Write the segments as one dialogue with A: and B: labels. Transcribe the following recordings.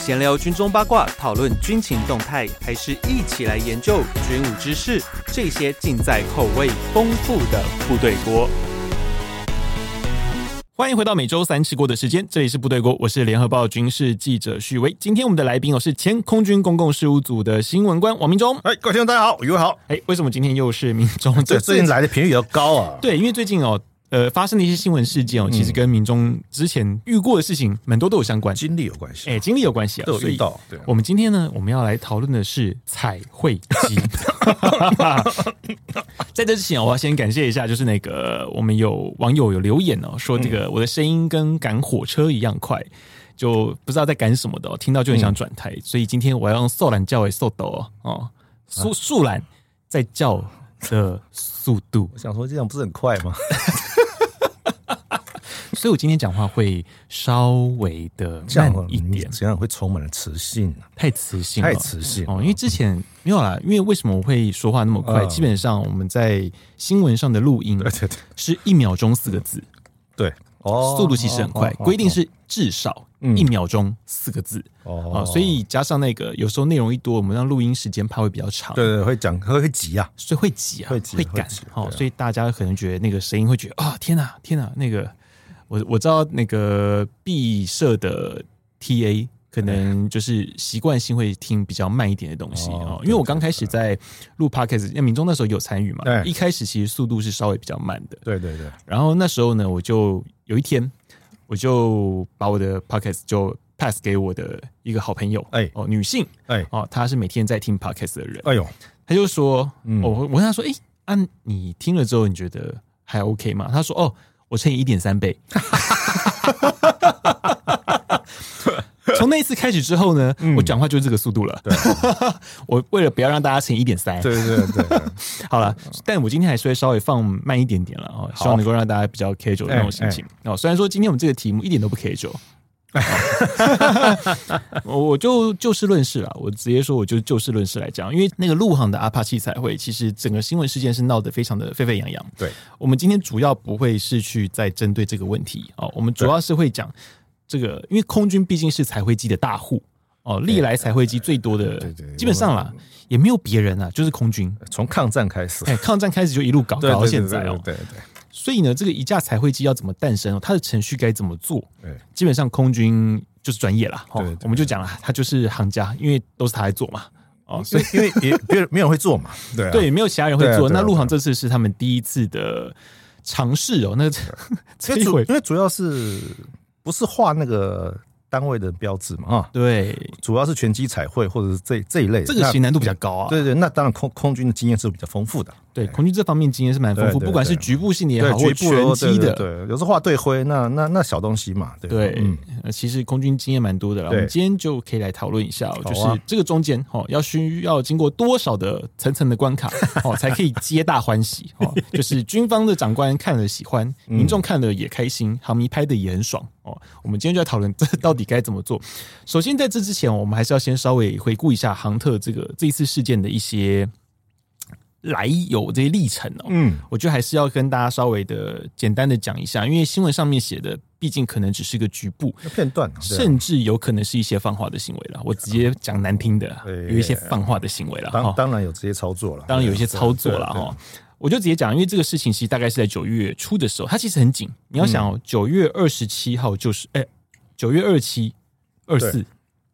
A: 闲聊军中八卦，讨论军情动态，还是一起来研究军武知识？这些尽在口味丰富的部队锅。
B: 欢迎回到每周三吃锅的时间，这里是部队锅，我是联合报军事记者旭威。今天我们的来宾哦是前空军公共事务组的新闻官王明忠。
C: 哎，各位听众大家好，宇文好。
B: 哎，为什么今天又是明忠？
C: 这最近来的频率比较高啊。
B: 对，因为最近哦。呃，发生的一些新闻事件哦，其实跟民众之前遇过的事情蛮多都有相关，
C: 经历有关系
B: 哎、经历有关系啊。
C: 都有遇到
B: 所以
C: 对
B: 我们今天呢，我们要来讨论的是彩绘机。 在这之前，我要先感谢一下，就是那个我们有网友有留言哦，说这个我的声音跟赶火车一样快。就不知道在赶什么的、哦，听到就很想转台，所以今天我要用瘦懒叫为瘦抖哦，哦，速速懒在叫的速度，
C: 我想说这样不是很快吗？
B: 所以我今天讲话会稍微的
C: 这
B: 慢
C: 样
B: 一点，
C: 这样会充满了磁性啊，
B: 太磁性了，
C: 太磁性
B: 哦。因为之前没有啦，因为为什么我会说话那么快？
C: 嗯
B: 基本上我们在新闻上的录音
C: 对对对
B: 是一秒钟四个字，
C: 对，哦嗯
B: 速度其实很快，规定是至少一秒钟四个字
C: 哦
B: 啊，所以加上那个有时候内容一多，我们让录音时间怕会比较长，
C: 对对对会讲会会急啊，
B: 所以会挤啊，
C: 会挤
B: 赶
C: 会挤
B: 哦，
C: 对啊
B: 所以大家可能觉得那个声音会觉得啊，天哪，天哪，那个我我知道那个毕设的 TA 可能就是习惯性会听比较慢一点的东西哦
C: 哦，
B: 因为我刚开始在录 podcast，那民众那时候有参与嘛，
C: 对
B: 一开始其实速度是稍微比较慢的，
C: 对对对，
B: 然后那时候呢，我就有一天我就把我的 podcast 就 pass 给我的一个好朋友，
C: 哎
B: 哦，女性
C: 哎
B: 哦，她是每天在听 podcast 的人，
C: 哎呦，
B: 他就说，
C: 嗯
B: 我我问他说，哎、啊，你听了之后你觉得还 OK 吗？他说，哦，我乘以一点三倍。从那一次开始之后呢，我讲话就是这个速度了。 我为了不要让大家乘以一点三，
C: 对对对对，
B: 好了，
C: 嗯
B: 但我今天还是会稍微放慢一点点了哦，希望能够让大家比较 casual
C: 哎
B: 的那种心情哦。虽然说今天我们这个题目一点都不 casual，哦我我就就事论事了，我直接说我就就事论事来讲，因为那个陆航的阿帕奇彩绘，其实整个新闻事件是闹得非常的沸沸扬扬。
C: 对，
B: 我们今天主要不会是去在针对这个问题哦，我们主要是会讲这个，因为空军毕竟是彩绘机的大户。哦，历来彩绘机最多的
C: 哎对对，对
B: 基本上啦，也没有别人啊，就是空军。
C: 从抗战开始，
B: 哎，抗战开始就一路搞搞
C: 对
B: 到
C: 对对
B: 现
C: 对
B: 在哦。
C: 对对对
B: 所以呢，这个一架彩绘机要怎么诞生哦？它的程序该怎么做？
C: 对，
B: 基本上空军就是专业啦，哦
C: 对对，
B: 我们就讲了，他就是行家，因为都是他在做嘛。哦，所
C: 所
B: 以
C: 以因为也别人没有人会做嘛，对啊
B: 对，，没有其他人会
C: 对啊
B: 做。
C: 对
B: 那
C: 啊
B: 陆
C: 对啊
B: 航这次是他们第一次的尝试哦，那
C: 因
B: 这
C: 为
B: 一
C: 主
B: 回
C: 因为主要是不是画那个单位的标志嘛啊，
B: 对
C: 主要是拳击彩绘或者是这这一类的，
B: 这个
C: 那
B: 其实难度比较高啊。
C: 对对，那当然空空军的经验是比较丰富的，
B: 对，空军这方面经验是蛮丰富，
C: 对对
B: 不管是
C: 对
B: 局部性的也
C: 对
B: 好，或
C: 局部哦
B: 者全机的，
C: 对对对，有时候画队徽，那那那小东西嘛，对
B: 对，
C: 嗯，
B: 呃其实空军经验蛮多的啦。我
C: 对
B: 们今天就可以来讨论一下、哦，
C: 好
B: 就
C: 啊
B: 是这个中间哦，要需要经过多少的层层的关卡 哦，才可以皆大欢喜哦。就是军方的长官看了喜欢，
C: 嗯
B: 民众看了也开心，航迷拍的也很爽哦。我们今天就来讨论这到底该怎么做。首先，在这之前，我们还是要先稍微回顾一下航特这个这一次事件的一些来由这些历程哦。
C: 嗯，
B: 我觉得还是要跟大家稍微的简单的讲一下，因为新闻上面写的，毕竟可能只是个局部，
C: 片段啊对啊
B: 甚至有可能是一些放话的行为了。我直接讲难听的啦，
C: 对
B: 有一些放话的行为了啊哈
C: 当。当然有这些操作了，
B: 当然有一些操作了
C: 对
B: 哈。我就直接讲，因为这个事情其实大概是在九月初的时候，它其实很紧。你要想哦，九月二十七号就是，哎、九月二七、二四、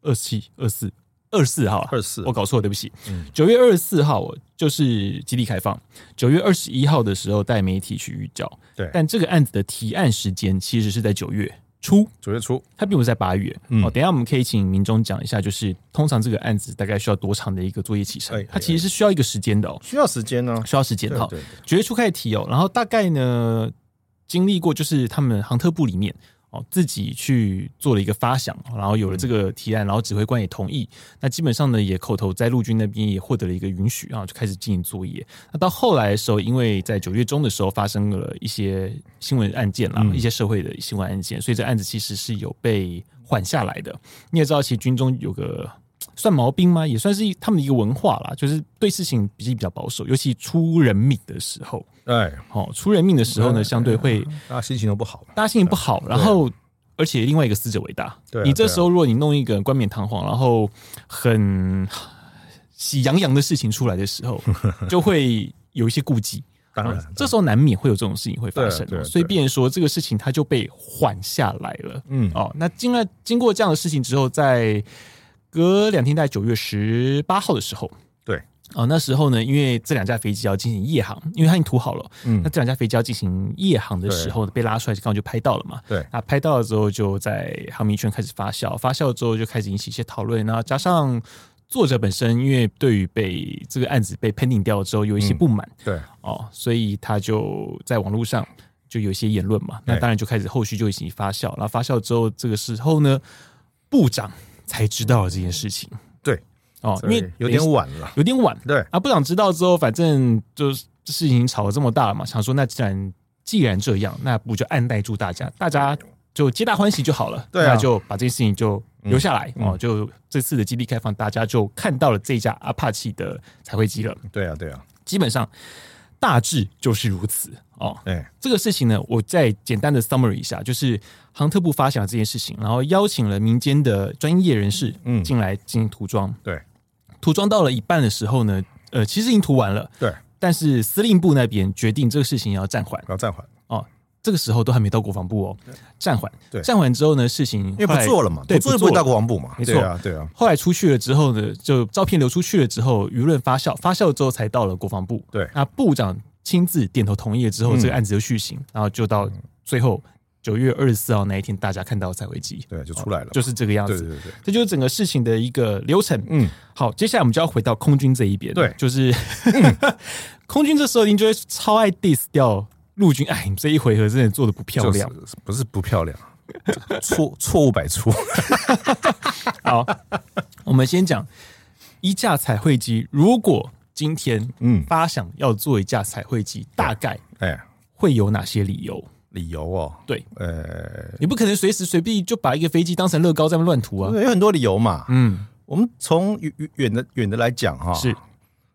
B: 二七、二四、二四号啊，
C: 24
B: 我搞错了，对不起。
C: 嗯
B: 九、月二十四号哦就是基地开放，九月二十一号的时候带媒体去预教，
C: 对
B: 但这个案子的提案时间其实是在九月初，
C: 九月初，
B: 它并不是在八月。
C: 嗯
B: 哦，等一下我们可以请民众讲一下，就是通常这个案子大概需要多长的一个作业期程
C: 哎？
B: 它其实是需要一个时间的哦，
C: 需要时间呢，
B: 需要时间哦
C: 对
B: 哈
C: 对。
B: 九月初开始提哦，然后大概呢经历过就是他们航特部里面。哦，自己去做了一个发想，然后有了这个提案，然后指挥官也同意。那基本上呢，也口头在陆军那边也获得了一个允许，然后就开始进行作业。那到后来的时候，因为在九月中的时候发生了一些新闻案件啦，
C: 嗯
B: 一些社会的新闻案件，所以这案子其实是有被缓下来的。你也知道，其实军中有个算毛病吗？也算是一他们的一个文化啦，就是对事情比较比较保守，尤其出人命的时候，
C: 哎，啊
B: 哦，出人命的时候呢，相对会
C: 大家心情都不好嘛，
B: 大家心情不好，然后而且另外一个死者为大。
C: 对啊
B: 你这
C: 对啊
B: 时候如果你弄一个冠冕堂皇，然后很喜洋洋的事情出来的时 候，就会有一些顾忌。
C: 当然
B: 啊，这时候难免会有这种事情会发生
C: 对啊对啊
B: 哦，
C: 对啊
B: 所以变成说这个事情它就被缓下来了。
C: 嗯，
B: 哦，那经了经过这样的事情之后，在隔两天，在九月十八号的时候，
C: 对，
B: 哦，那时候呢，因为这两架飞机要进行夜航，因为它已经涂好了，
C: 嗯
B: 那这两架飞机要进行夜航的时候被拉出来，刚好就拍到了嘛。
C: 对
B: 那拍到了之后，就在航迷圈开始发酵，发酵之后就开始引起一些讨论，然后加上作者本身，因为对于被这个案子被 pending 掉了之后有一
C: 嗯
B: 些不满，
C: 对，
B: 哦，所以他就在网络上就有一些言论嘛，
C: 对
B: 那当然就开始后续就一起发酵，然后发酵之后，这个时候呢，部长才知道了这件事情，
C: 对，
B: 哦，因
C: 所以
B: 为
C: 有点晚了，
B: 有点晚
C: 对，
B: 啊，部长知道之后，反正就是事情吵得这么大了嘛，想说那既然既然这样，那不就按耐住大家，大家就皆大欢喜就好了，
C: 对啊
B: 那
C: 嗯
B: 就把这件事情就留下来、哦，就这次的基地开放，大家就看到了这架阿帕奇的彩绘机了。
C: 对啊，对啊，
B: 基本上大致就是如此哦。
C: 哎，
B: 这个事情呢，我再简单的 summary 一下，就是航特部发想这件事情，然后邀请了民间的专业人士，
C: 嗯
B: 进来进行涂装。
C: 对，
B: 涂装到了一半的时候呢，呃，其实已经涂完了，
C: 对，
B: 但是司令部那边决定这个事情要暂缓
C: 不要暂缓，
B: 哦。这个时候都还没到国防部哦，暂缓
C: 对，
B: 暂缓之后呢，事情因
C: 因为不做了嘛，
B: 对，
C: 不做就不
B: 做
C: 会
B: 了
C: 到国防部嘛，
B: 没错
C: 对啊，对啊，
B: 后来出去了之后呢，就照片流出去了之后，舆论发酵，发酵之后才到了国防部。
C: 对
B: 那部长亲自点头同意了之后，
C: 嗯
B: 这个案子就续行，然后就到最后九月二十四号那一天，大家看到彩绘机
C: 对，啊就出来了，
B: 就是这个样
C: 对
B: 子。
C: 对对，
B: 这就是整个事情的一个流程。
C: 嗯，
B: 好，接下来我们就要回到空军这一边。
C: 对嗯
B: 就是 空军这时候一定就会超爱 diss 掉陆军。哎，你这一回合真的做的不漂
C: 就
B: 亮。
C: 是不是不漂亮， 错错误百出，
B: 好，我们先讲一架彩绘机。如果今天
C: 嗯
B: 发想要做一架彩绘机，大概
C: 哎，
B: 会有哪些理由？
C: 理由哦，
B: 对，
C: 呃，
B: 你不可能随时随地就把一个飞机当成乐高在那乱涂啊。
C: 有很多理由嘛，
B: 嗯，
C: 我们从远远远的远的来讲哈，
B: 是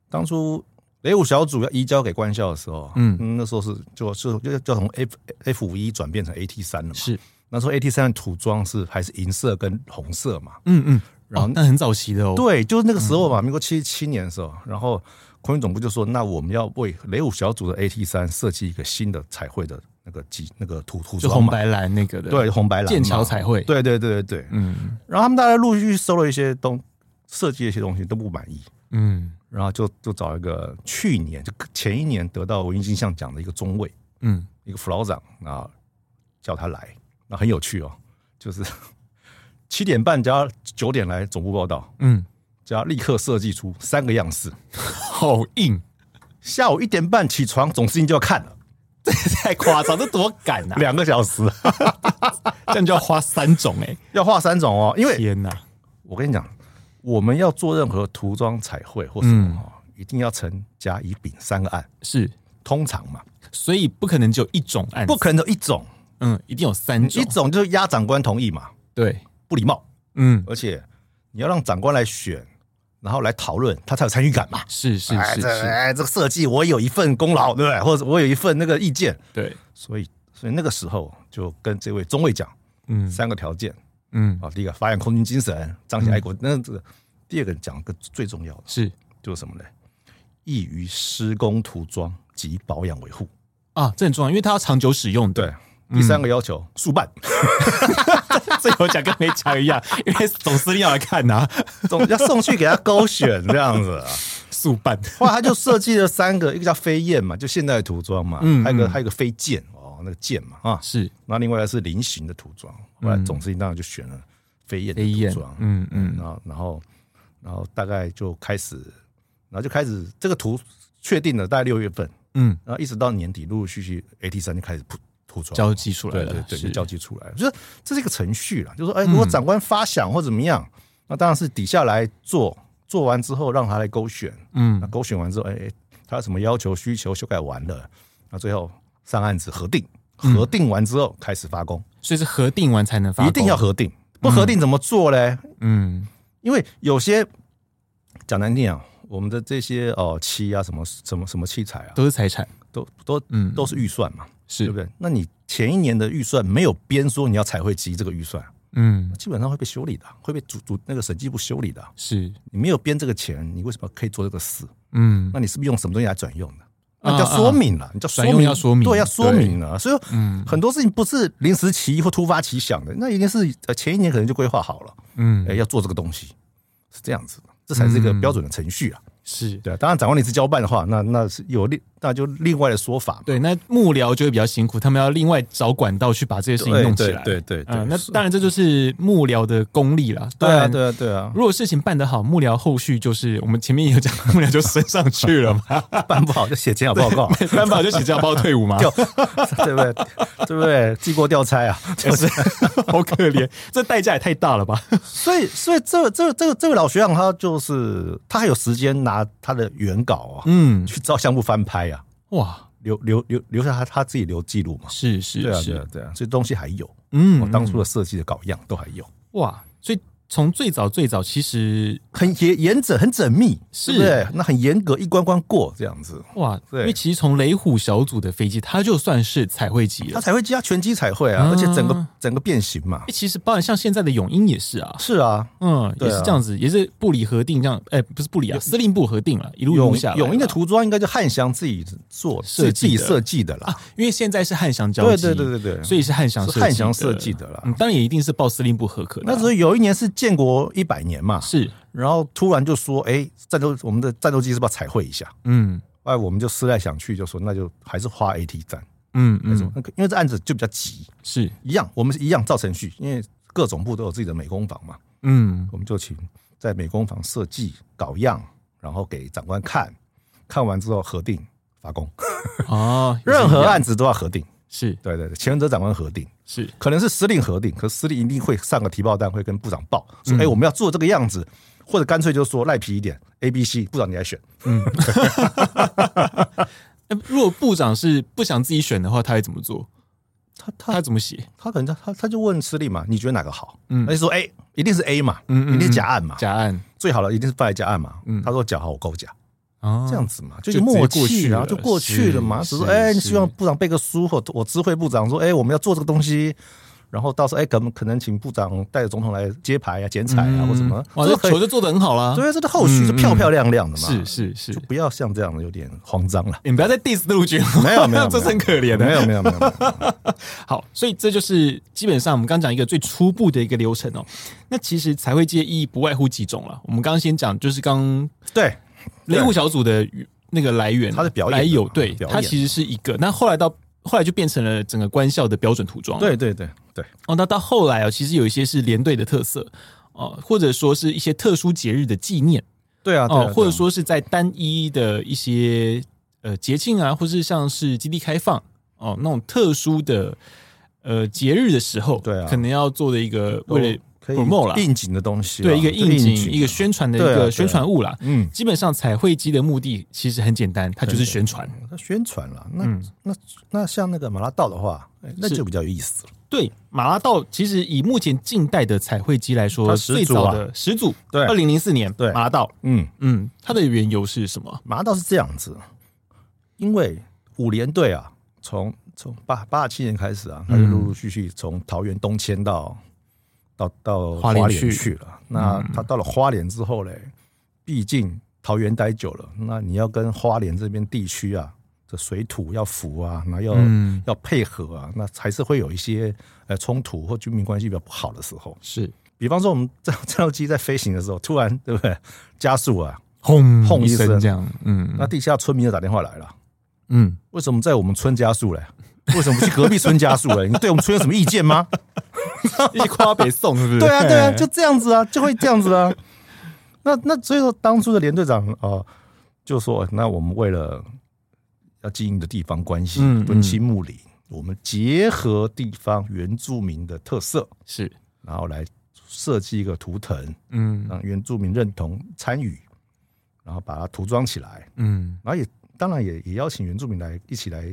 C: 当初雷武小组要移交给官校的时候，
B: 嗯
C: 嗯，那时候是就是就就从 F F 五一转变成 AT 三了嘛，
B: 是，
C: 那时候 AT 三的涂装是还是银色跟红色嘛，
B: 嗯嗯。
C: 然后
B: 哦那很早期的哦。
C: 对，就是那个时候嘛，民国七十七年的时候，然后空军总部就说，那我们要为雷武小组的 AT 三设计一个新的彩绘的那个机那个涂涂
B: 就
C: 装
B: 红
C: 嘛，
B: 白蓝那个的，
C: 对，红白蓝嘛
B: 剑桥彩绘。，
C: 对对对对对，
B: 嗯
C: 然后他们大家陆续收了一些东设计的一些东西都不满意，
B: 嗯
C: 然后就就找一个去年就前一年得到文艺金像奖的一个中尉，
B: 嗯，
C: 一个副老长啊，叫他来，那很有趣哦，就是 七点半加九点来总部报道，
B: 嗯，
C: 加立刻设计出三个样式，
B: 好硬，
C: 下午一点半起床，总司令就要看了，
B: 太夸张，这多赶啊！
C: 两个小时
B: 这样就要花三种 哎，
C: 要画三种哦，因为
B: 天哪！
C: 我跟你讲，我们要做任何涂装彩绘或什
B: 嗯
C: 么哦，一定要成甲乙丙三个案，
B: 是，
C: 通常嘛，
B: 所以不可能只有一种案子，
C: 不可能有一种，
B: 嗯，一定有三种
C: 一。种就是压长官同意嘛，
B: 对，
C: 不礼貌。
B: 嗯，
C: 而且你要让长官来选，然后来讨论，他才有参与感嘛。
B: 是是
C: 哎，
B: 是
C: 这
B: 是，
C: 哎，这个设计我有一份功劳，对不对？或者我有一份那个意见，
B: 对，
C: 所以所以那个时候就跟这位中尉讲
B: 嗯
C: 三个条件
B: 嗯，
C: 啊，第一个发扬空军精神，彰显爱国，那这个第二个讲个最重要的
B: 是
C: 就是什么呢？易于施工涂装及保养维护。
B: 啊，这很重要，因为它要长久使用 的。
C: 对，第三个要求
B: 嗯
C: 速办，
B: 这有讲跟没讲一样，因为总司令要来看啊呐、
C: 总 要送去给他勾选这样 子啊。
B: 速办。
C: 后来他就设计了三个，一个叫飞燕嘛，就现代的涂装嘛，
B: 嗯
C: 还有一个
B: 嗯
C: 还有一个飞剑哦，那个剑嘛啊，
B: 是
C: 那另外是菱形的涂装，后来总司令当然就选了飞燕
B: 嗯
C: 的
B: 飞燕
C: 涂装，
B: 嗯嗯
C: 然后然后然后大概就开始，然后就开始这个图确定了，大概六月份，
B: 嗯，
C: 然后一直到年底陆陆续续 AT 三就开始涂涂装，
B: 交际出来
C: 对
B: 了，嗯
C: 对对，就是交际出来了，就是这是一个程序了，就是说，哎，如果长官发想或怎么样，那当然是底下来做，做完之后让他来勾选。那
B: 嗯
C: 勾选完之后，哎、哎他有什么要求、需求修改完了，那最后上案子核定，核定完之后开始发工，
B: 所以是核定完才能嗯发，
C: 一定要，核定，不核定怎么做嘞？
B: 嗯
C: 因为有些讲难听啊，我们的这些哦漆啊，什么什么什么器材啊，
B: 都是财产，
C: 都都
B: 嗯
C: 都是预算嘛，
B: 是
C: 对不对？那你前一年的预算没有编说你要彩绘机这个预算，
B: 嗯，
C: 基本上会被修理的，会被主主那个审计部修理的。
B: 是，
C: 你没有编这个钱，你为什么可以做这个事？
B: 嗯
C: 那你是不是用什么东西来转用的？
B: 啊
C: 那叫说明了，你叫
B: 转用要说明
C: 对，要说明了。所以
B: 嗯
C: 很多事情不是临时起意或突发奇想的，那一定是呃前一年可能就规划好了，
B: 嗯，
C: 哎，要做这个东西，是这样子的，这才是一个标准的程序啊。
B: 嗯是
C: 对啊，当然展望你是交办的话，那那是有另那就另外的说法嘛。
B: 对。那幕僚就会比较辛苦，他们要另外找管道去把这些事情
C: 对
B: 弄起来。
C: 对对对对
B: 嗯那
C: 是
B: 当然这就是幕僚的功力了。
C: 对啊
B: 但
C: 对啊对啊，
B: 如果事情办得好，幕僚后续就是我们前面也有讲，幕僚就升上去了嘛，
C: 办不好就写检讨报告，
B: 办法就写这样报退伍嘛，
C: 掉对不对？对不对？记过调差啊，就是。
B: 好可怜，这代价也太大了 吧？
C: 所以，所以这这这个这个老学长他就是他还有时间拿他的原稿啊，
B: 嗯，
C: 去照相部翻拍啊，
B: 哇，
C: 留留留留下他他自己留记录嘛。
B: 是是
C: 对啊，
B: 是，
C: 对啊，对啊，所以东西还有，哦
B: 嗯
C: 我当初的设计的稿样都还有，
B: 哇，所以从最早最早，其实
C: 很严严整，很缜密，
B: 是
C: 对不对？那很严格，一关关过这样子，
B: 哇，因
C: 对
B: 为其实从雷虎小组的飞机，它就算是彩绘机
C: 他
B: 了。
C: 才会加拳击彩绘啊，
B: 嗯
C: 而且整个整个变形嘛
B: 诶，其实包含像现在的永鹰也是啊，
C: 是啊。
B: 嗯，也
C: 对啊
B: 是这样子，也是布里核定这样，哎、不是布里啊，司令部核定了，一路一路
C: 永
B: 下来。
C: 永英的，涂装应该就汉翔自己做
B: 设
C: 自
B: 计的
C: 己设计的啦，
B: 啊因为现在是汉翔交
C: 对
B: 机，
C: 对对对对，
B: 所以是汉翔
C: 是
B: 设计
C: 汉翔设计的啦
B: 嗯，当然也一定是报司令部合可的啊、
C: 那时候有一年是建国一百年嘛，
B: 是，
C: 然后突然就说，哎，战斗我们的战斗机是不是要彩绘一下？
B: 嗯
C: 哎，我们就思来想去，就说那就还是花 AT 战，
B: 嗯
C: 那种
B: 嗯，
C: 那个因为这案子就比较急，
B: 是，
C: 一样，我们是一样照程序，因为各总部都有自己的美工坊嘛，
B: 嗯
C: 我们就请在美工坊设计稿样，然后给长官看，看完之后核定发工，
B: 哦，
C: 任何案子都要核定，
B: 是
C: 对对对，前责长官核定。
B: 是，
C: 可能是司令核定，可司令一定会上个提报单，会跟部长报说：“
B: 嗯
C: 哎、我们要做这个样子，或者干脆就说赖皮一点，A、B、C，部长你来选。
B: 那如果部长是不想自己选的话，他会怎么做？
C: 他
B: 他
C: 他
B: 怎么写？
C: 他可能他他就问司令嘛，你觉得哪个好？
B: 嗯
C: 嗯，他就说：“哎、一定是 A 嘛，
B: 嗯嗯
C: 一定是甲案嘛，
B: 假案
C: 最好了，一定是放在甲案嘛。”他说：“甲好，我勾甲。
B: 哦
C: 这样子嘛，就
B: 就
C: 有默
B: 直接过去
C: 契啊，
B: 了
C: 就过去了嘛。
B: 是
C: 只是
B: 是
C: 哎，你
B: 是
C: 希望部长背个书，或我知会部长说，哎，我们要做这个东西。然后到时候哎，可能可能请部长带着总统来揭牌啊、剪彩啊，或什么，
B: 嗯哇，
C: 这
B: 这
C: 个可以
B: 球就做的很好啦。
C: 对啊，这个后续就漂漂亮亮的嘛。
B: 是是是
C: 就，不要像这样的，有点慌张
B: 。
C: 了
B: 你不要再 diss 陆军，
C: 没有没 有，
B: 这是很可怜啊
C: 没
B: 的。
C: 有没有没有， 没有
B: 好，所以这就是基本上我们刚讲一个最初步的一个流程哦。那其实彩绘界意义不外乎几种了。我们刚刚先讲就是刚
C: 对
B: 雷虎小组的那个来源，
C: 它的表演
B: 来由，
C: 嘛
B: 对，
C: 表
B: 它
C: 演
B: 其实是一个。那后来到后来就变成了整个官校的标准涂装了。
C: 对对对对，
B: 哦，那到后来哦，其实有一些是连队的特色哦，或者说是一些特殊节日的纪念
C: 对啊，对啊
B: 哦，或者，
C: 对啊
B: 说是在单一的一些呃节庆啊，或是像是基地开放哦那种特殊的呃节日的时候，
C: 对啊
B: 可能要做的一个
C: 都
B: 为了
C: 啊可
B: promote 啦，
C: 以应景的东西啊，
B: 对一个应景
C: 啊
B: 一个，宣传的一
C: 对啊对
B: 个
C: 啊
B: 宣传物啦。
C: 嗯，
B: 基本上彩绘机的目的其实很简单，它就是宣传。
C: 那宣传了，那那那像那个马拉道的话，哎那
B: 嗯是
C: 就比较有意思了。
B: 对，马拉道其实以目前近代的彩绘机来说，
C: 它始
B: 最
C: 祖啊
B: 早的始祖，
C: 对
B: 二零零四年，
C: 对
B: 马拉道，
C: 嗯，
B: 嗯，它的缘由是什么？
C: 马拉道是这样子，因为五连队啊，从从八八七年开始
B: 嗯
C: 啊，他就陆陆续续从桃园东迁到到到
B: 花
C: 花
B: 莲
C: 莲
B: 去嗯
C: 去了。那他到了花莲之后嘞，毕竟桃园待久了，那你要跟花莲这边地区啊。这水土要服啊，那要、
B: 嗯
C: 要配合啊，那还是会有一些呃冲突或军民关系比较不好的时候。
B: 是
C: 比方说，我们战战斗机在飞行的时候，突然对不对加速啊，
B: 轰
C: 轰
B: 一
C: 一声
B: 这样，嗯
C: 那地下村民就打电话来了，
B: 嗯，
C: 为什么在我们村加速嘞？为什么不去隔壁村加速 嘞？你对我们村有什么意见吗？
B: 一夸北宋是不是？哎
C: 对啊，对啊，
B: 嘿
C: 就这样子啊，就会这样子啊。 那那所以说，当初的连队长啊、呃就说，那我们为了要经营的地方关系
B: 嗯嗯，
C: 敦亲睦邻，我们结合地方原住民的特色，
B: 是，
C: 然后来设计一个图腾，
B: 嗯
C: 让原住民认同参与，然后把它涂装起来，
B: 嗯
C: 然后也当然也也邀请原住民来一起来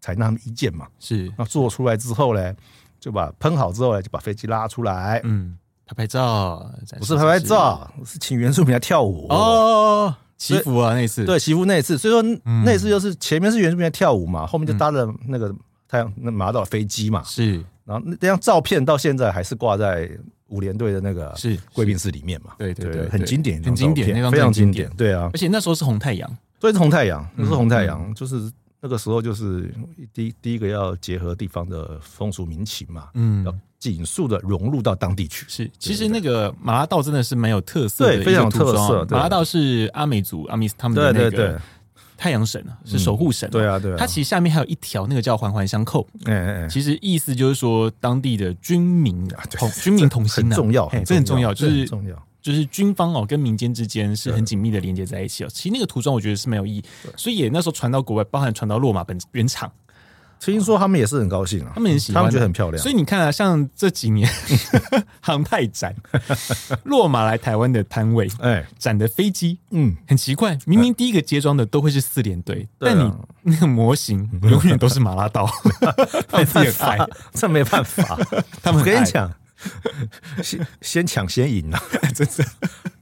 C: 采纳他们意见嘛。
B: 是，
C: 那做出来之后呢，就把喷好之后呢，就把飞机拉出来，
B: 嗯，拍拍照，
C: 不是拍拍照，是请原住民来跳舞。
B: 哦，嗯祈福啊那次，嗯
C: 对，媳妇那一次，所以说那一次就是前面是原住民来跳舞嘛，后面就搭了那个太阳那拿到飞机嘛，
B: 是
C: 然后那那张照片到现在还是挂在五连队的那个
B: 是
C: 贵宾室里面嘛，
B: 对对对对
C: 很经典，
B: 很经典那张
C: 非
B: 真
C: 常
B: 的
C: 经
B: 很经
C: 典，对啊
B: 而，且那时候是红太阳，
C: 所以是红太阳，
B: 嗯
C: 那是红太阳，就是那个时候就是第第一个要结合地方的风俗民情嘛，
B: 嗯
C: 要紧速的融入到当地去，
B: 是，其实那个马拉道真的是蛮有特色的一
C: 对
B: 个
C: 非常有
B: 涂装
C: 特色对
B: 马拉道是阿美族阿米斯他们的
C: 对
B: 那
C: 对对
B: 个哦太阳神啊，是守护神、
C: 对，啊对啊，
B: 它其实下面还有一条那个叫环环相扣，
C: 哎哎哎
B: 其实意思就是说当地的军民同军民同心
C: 很
B: 啊，
C: 重要，
B: 嘿这很重要，就
C: 这很
B: 是
C: 重要，
B: 就是军方哦跟民间之间是很紧密的连接在一起哦。其实那个涂装我觉得是蛮有意义，所以也那时候传到国外，包含传到洛马本原厂，
C: 听说他们也是很高兴啊，
B: 他们很喜欢
C: 他们觉得很漂亮，
B: 所以你看啊，像这几年 航太 展，洛马来台湾的摊位
C: 哎
B: 展的飞机。
C: 嗯。
B: 很奇怪，明明第一个接装的都会是四连队，
C: 对
B: 但
C: 啊
B: 你那个模型永远都是马拉 道，他们自己很爱，
C: 这没办法。
B: 他们
C: 我
B: 很爱
C: 跟你，讲，先先抢先赢啊！
B: 真的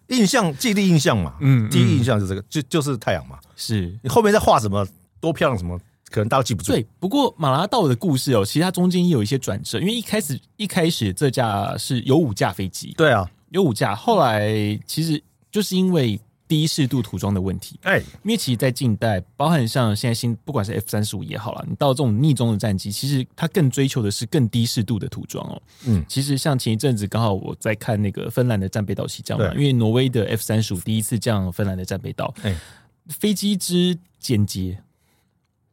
C: 印象既定印象嘛，
B: 嗯
C: 嗯，第一
B: 嗯
C: 印象是这个，就就是太阳嘛。
B: 是
C: 你后面再画什么多漂亮什么，可能大家记不住。
B: 对。不过马拉道的故事哦，其实它中间也有一些转折，因为一开始一开始这架是有五架飞机，
C: 对啊，
B: 有五架，后来其实就是因为低适度涂装的问题，
C: 哎，
B: 因为其实，在近代，包含像现在新，不管是 F 三十五也好了，你到这种逆中的战机，其实它更追求的是更低适度的涂装哦。
C: 嗯
B: 其实像前一阵子刚好我在看那个芬兰的战备道起降嘛，因
C: 对
B: 为挪威的 F 三十五第一次降芬兰的战备道，
C: 哎
B: 飞机之简洁，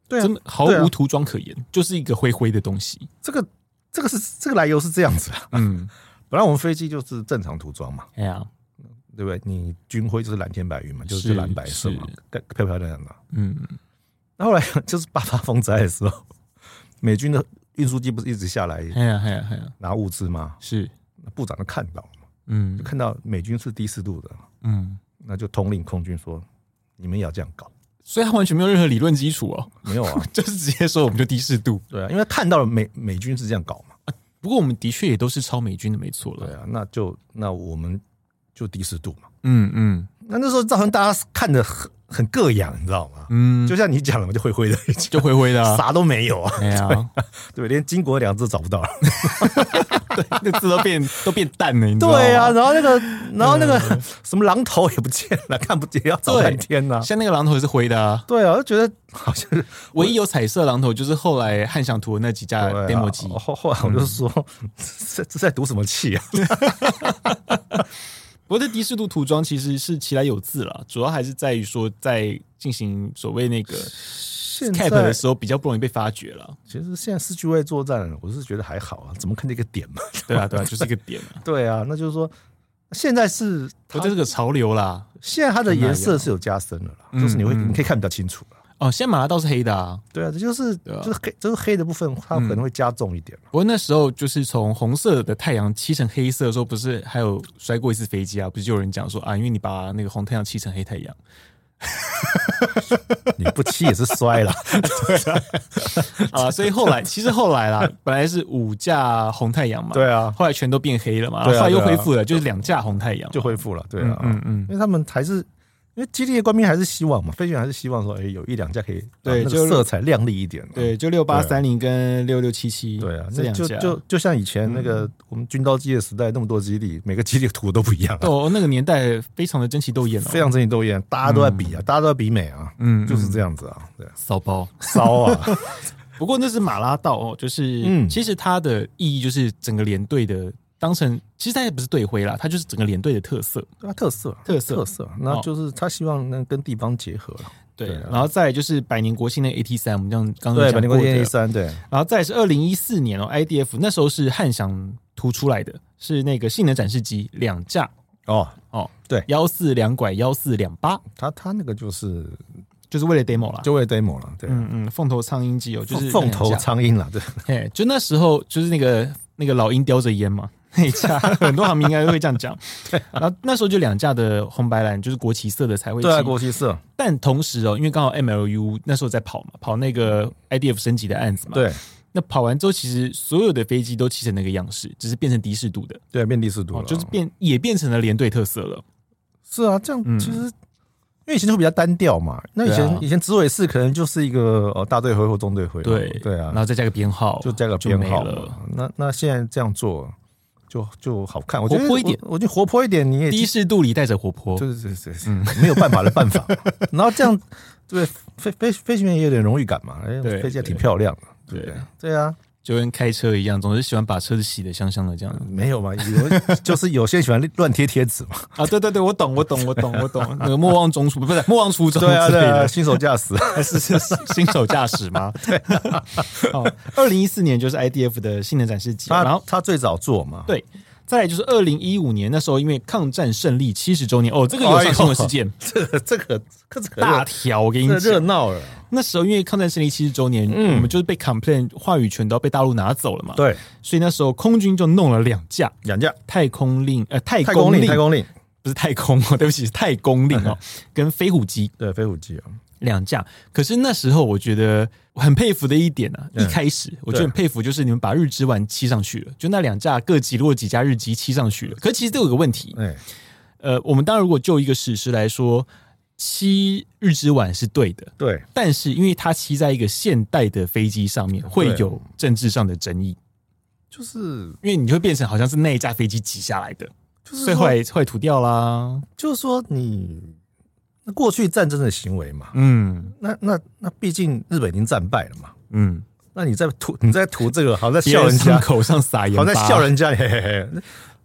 C: 对啊
B: 真，的毫
C: 对
B: 无
C: 啊
B: 涂装可言，就是一个灰灰的东 西。
C: 这个这个是这个来由是这样子啊。
B: 嗯，
C: 本来我们飞机就是正常涂装嘛，
B: 哎呀，
C: 对不对？你军徽就是蓝天白云嘛，就是是蓝白色嘛
B: 是，
C: 干漂漂亮亮的。
B: 嗯，
C: 那后来 就是八八风灾的时候，美军的运输机不是一直下来
B: 哎呀，哎呀，哎呀，
C: 拿物资吗？
B: 是，
C: 那部长都看到嘛，
B: 嗯
C: 就看到美军是低四度的，
B: 嗯，
C: 那就统领空军说，你们也要这样搞。
B: 所以它完全没有任何理论基础哦，
C: 没有啊，
B: 就是直接说我们就低适度。
C: 对啊，因为看到了美美军是这样搞嘛，
B: 不过我们的确也都是超美军的，没错了。
C: 对啊，那就那我们就低四度嘛。
B: 嗯嗯
C: 那那时候造成大家看的很很膈应，你知道吗？
B: 嗯，就
C: 就像你讲的嘛，就灰 灰的，
B: 就灰灰的、啊，
C: 啥都没有啊，
B: 哎呀，
C: 对，连巾帼两字找不到。
B: 那字都变都变淡了，你知道吗？
C: 对啊，然后那个然后那个什么狼头也不见了， 看不见，要找半天呢、
B: 像那个榔头也是灰的啊，
C: 对啊，我就觉得好像是
B: 唯一有彩色榔头就是后来汉翔图的那几架
C: 对啊
B: demo 机，
C: 后后来我就说， 这这在赌什么气啊？
B: 不过这低视度涂装其实是其来有自了，主要还是在于说在进行所谓那个
C: 现
B: cap
C: 在
B: 的时候比较不容易被发掘了。
C: 其实现在四据位作战，我是觉得还好啊，怎么看这个点嘛？
B: 对啊，对啊，就是一个点啊，
C: 对啊，那就是说现在是
B: 我
C: 它
B: 这是个潮流啦。
C: 现在它的颜色是有加深了啦，就是你会
B: 嗯嗯
C: 你可以看比较清楚了。
B: 哦，现在马拉道是黑的啊，
C: 对啊，这嗯就是
B: 对啊
C: 就是黑就是黑的部分，它可能会加重一点嘛。
B: 不过那时候就是从红色的太阳漆成黑色的时候，不是还有摔过一次飞机啊？不是就有人讲说啊，因为你把那个红太阳漆成黑太阳，
C: 你不漆也是摔了，
B: 啊，所以后来其实后来啦，本来是五架红太阳嘛，
C: 对啊
B: 后来全都变黑了嘛，
C: 对啊
B: 后来又
C: 对
B: 恢
C: 啊
B: 复了，就是两架红太阳嘛，
C: 就恢复了。对啊，
B: 嗯嗯
C: 因为他们还是因为激烈的官兵还是希望嘛，飞行员还是希望说，哎，有一两架可以
B: 对
C: 啊那
B: 就
C: 个色彩亮丽一点嘛。
B: 对，就六八三零跟六六七七，
C: 对啊，
B: 这
C: 那
B: 两
C: 就
B: 架。
C: 就就像以前那个我们军刀机的时代，那么多基地，每个基地图都不一样啊，
B: 哦，那个年代非常的争奇斗艳哦，
C: 非常争奇斗艳，大家都在比啊，大家都在比美啊，
B: 嗯
C: 就是这样子啊，对啊，
B: 骚包。
C: 骚啊，
B: 不过那是马拉道哦，就是、
C: 嗯
B: 其实它的意义就是整个连队的当成，其实它也不是队徽啦，它就是整个连队的特色。
C: 对啊，特色，
B: 特色哦
C: 特色，那就是他希望能跟地方结合了。
B: 对，
C: 对啊
B: 然后再来就是百年国庆那 AT 三，我们这样刚刚
C: 对，
B: 讲
C: 百
B: 过
C: 年
B: 的
C: 国际 A 三，对，
B: 然后再来是二零一四年哦，IDF 那时候是汉翔突出来的，是那个性能展示机两架
C: 哦，
B: 哦，
C: 对
B: 幺四两拐幺四两八，
C: 他他那个就是
B: 就是为了 demo 啦。
C: 就为 demo 了，对，
B: 嗯嗯，凤头苍鹰机哦，就是
C: 凤头
B: 两架，
C: 苍鹰了，对，
B: 哎，就那时候就是那个那个老鹰叼着烟嘛， 那一架很多航迷应该都会这样 讲。然后那时候就两架的红白蓝，就是国旗色的才会
C: 对啊，
B: 旗
C: 国旗色，
B: 但同时哦，因为刚好 MLU 那时候在跑嘛，跑那个 IDF 升级的案子嘛，，
C: 对
B: 那跑完之后，其实所有的飞机都漆成那个样式，只是变成的士度的，
C: 对，变第四度
B: 哦
C: 了，，
B: 就是变也变成了连队特色了。
C: 是啊，这
B: 嗯
C: 样其实因为以前就比较单调嘛。那以前、
B: 对啊
C: 以前紫委士可能就是一个呃大队徽或中队徽嘛，
B: 对
C: 对啊
B: 然，后再加个编号，
C: 就加个编
B: 没
C: 号嘛
B: 了。。
C: 那那现在这样做就就好看，我觉得
B: 活泼一点
C: 我我觉得活泼一点，你也
B: 第一适度里带着活泼，
C: 就是就是就是 没有办法的办法。然后这样，对飞飞飞行员也有点荣誉感嘛，哎，
B: 对
C: 飞机还挺
B: 对
C: 漂亮的，对不
B: 对
C: 对，？对啊，
B: 就跟开车一样，总是喜欢把车子洗得香香的这样
C: 没有嘛，有就是有些喜欢乱贴贴纸嘛，
B: 啊。对对对，我懂，我懂，我懂，我懂。 那个莫忘中初，不是莫忘初衷之
C: 对啊，
B: 类
C: 对啊，
B: 的，
C: 新手驾驶，
B: 是是是新手驾驶 吗？对。
C: 啊
B: 哦，二零一四年就是 IDF 的性能展示季，然
C: 他
B: 后
C: 他最早做嘛，
B: 啊对，再来就是二零一五年那时候，因为抗战胜利七十周年，哦，这个有上新闻事件，
C: 这个这个这个
B: 大条，我跟你
C: 哎这热
B: 讲，
C: 闹了，
B: 那时候因为抗战胜利七十周年，我们就是被 complain 话语权都要被大陆拿走了嘛，，
C: 对，
B: 所以那时候空军就弄了两架
C: 两架
B: 太空令，呃，太
C: 太空令，
B: 令，
C: 太空令，
B: 不是太空哦，对不起，是太空令 哦，跟飞虎机
C: 对，飞虎机啊，
B: 两架。可是那时候我觉得很佩服的一点啊，
C: 嗯
B: 一开始我就很佩服，就是你们把日之丸漆上去了，就那两架各击落几架日机漆上去了。
C: 嗯
B: 可其实都有个问题，
C: 哎，
B: 呃，我们当然如果就一个史实来说，漆日之丸是对的。
C: 对，
B: 但是，因为它漆在一个现代的飞机上面，会
C: 对
B: 有政治上的争议，
C: 就是
B: 因为你会变成好像是那一架飞机挤下来的，
C: 就是
B: 所以
C: 说
B: 后来后来涂掉啦。
C: 就是说你那过去战争的行为嘛，
B: 嗯
C: 那那那毕竟日本已经战败了嘛，
B: 嗯，
C: 那你在涂你在涂这 个，好像在
B: 别
C: 笑人
B: 伤
C: 家，
B: 口上撒盐，
C: 好像在笑。人家， 嘿嘿嘿，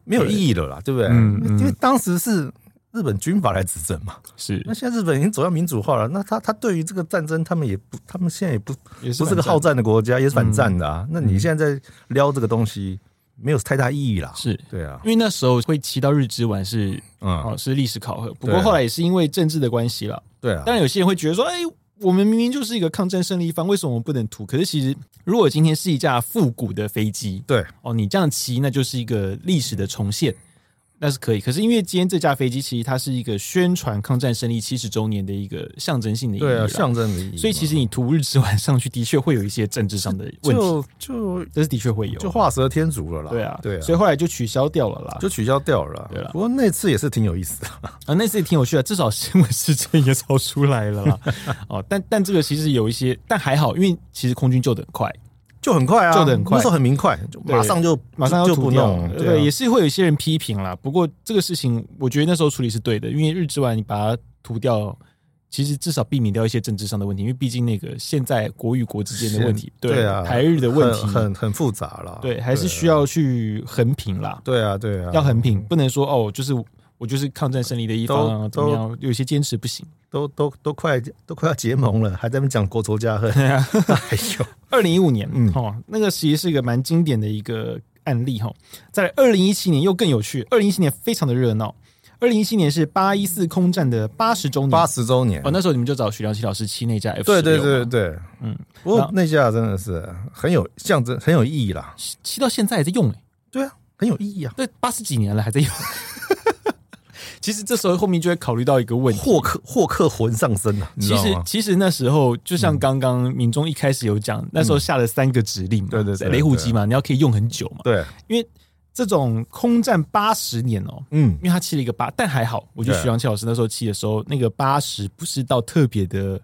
C: 没有意义了啦，对不对？
B: 嗯嗯
C: 因为当时是日本军阀来执政嘛，
B: 是
C: 那，现在日本已经走向民主化了，那他他对于这个战争，他们也不，他们现在也不
B: 也
C: 不是个好战的国家，也是反战的
B: 嗯
C: 啊。那你现在在撩这个东西，没有太大意义啦。
B: 是。
C: 对啊，
B: 因为那时候会骑到日之丸是
C: 嗯，
B: 哦是历史考核，不
C: 对啊
B: 过后来也是因为政治的关系了。
C: 对啊，
B: 当然有些人会觉得说，哎，我们明明就是一个抗战胜利方，为什么我们不能涂？可是其实如果今天是一架复古的飞机，
C: 对
B: 哦，你这样骑那就是一个历史的重现，那是可以。可是因为今天这架飞机其实它是一个宣传抗战胜利七十周年的一个象征性的意义
C: 对啊，
B: 啦
C: 象征的意义嘛。
B: 所以其实你涂日之丸上去，的确会有一些政治上的问题，
C: 就就
B: 这是的确会有。
C: 就画蛇添足了啦。
B: 对啊，
C: 对啊，
B: 所以后来就取消掉了啦。
C: 就取消掉了啦。
B: 对啦
C: 不过那次也是挺有意思的。
B: 啊，那次也挺有趣的，至少新闻事件也炒出来了啦。哦，但但这个其实有一些，但还好，因为其实空军救的很快，
C: 就很快啊，
B: 就得很快
C: 那时候很明快，就
B: 对
C: 马上就
B: 马上要
C: 就
B: 涂
C: 不
B: 掉
C: 弄
B: 了。
C: 了，
B: 对，也
C: 啊，
B: 是会有一些人批评啦。不过这个事情，我觉得那时候处理是对的，因为日之丸你把它涂掉，其实至少避免掉一些政治上的问题，因为毕竟那个现在国与国之间的问题，
C: 对啊，
B: 台日的问题，
C: 很很很复杂了，
B: 对，还是需要去衡平啦。
C: 对啊，对啊，
B: 要横平，不能说哦，就是我就是抗战胜利的一方啊，怎
C: 都
B: 么样？有些坚持不行。
C: 都都都快都快要结盟了，还在那边讲国仇家恨，
B: 啊
C: 哎呦，
B: 二零一五年，
C: 嗯
B: 哦，那个其实是一个蛮经典的一个案例哈、哦。在二零一七年又更有趣，二零一七年非常的热闹。二零一七年是八一四空战的八十周年，
C: 八十周年
B: 哦，，那时候你们就找许良琪老师漆那架 F
C: 对对对，对，
B: 嗯
C: 嗯，不过
B: 那
C: 那架真的是很有象征，很有意义啦，
B: 漆漆到现在还在用哎、
C: 对啊，很有意义啊，
B: 对，八十几年了还在用。 其实这时候后面就会考虑到一个问题，
C: 霍克霍克魂上身啊，你知
B: 嗯其
C: 道
B: 实
C: 吗？
B: 其实那时候就像刚刚民众一开始有讲，那时候下了三个指令嘛，
C: 对对对
B: 雷虎机嘛，你要可以用很久嘛，
C: 对，
B: 因为这种空战八十年哦。
C: 嗯，
B: 因为他漆了一个八，但还好，我觉得
C: 对
B: 徐良琪老师那时候漆的时候，那个八十不是到特别的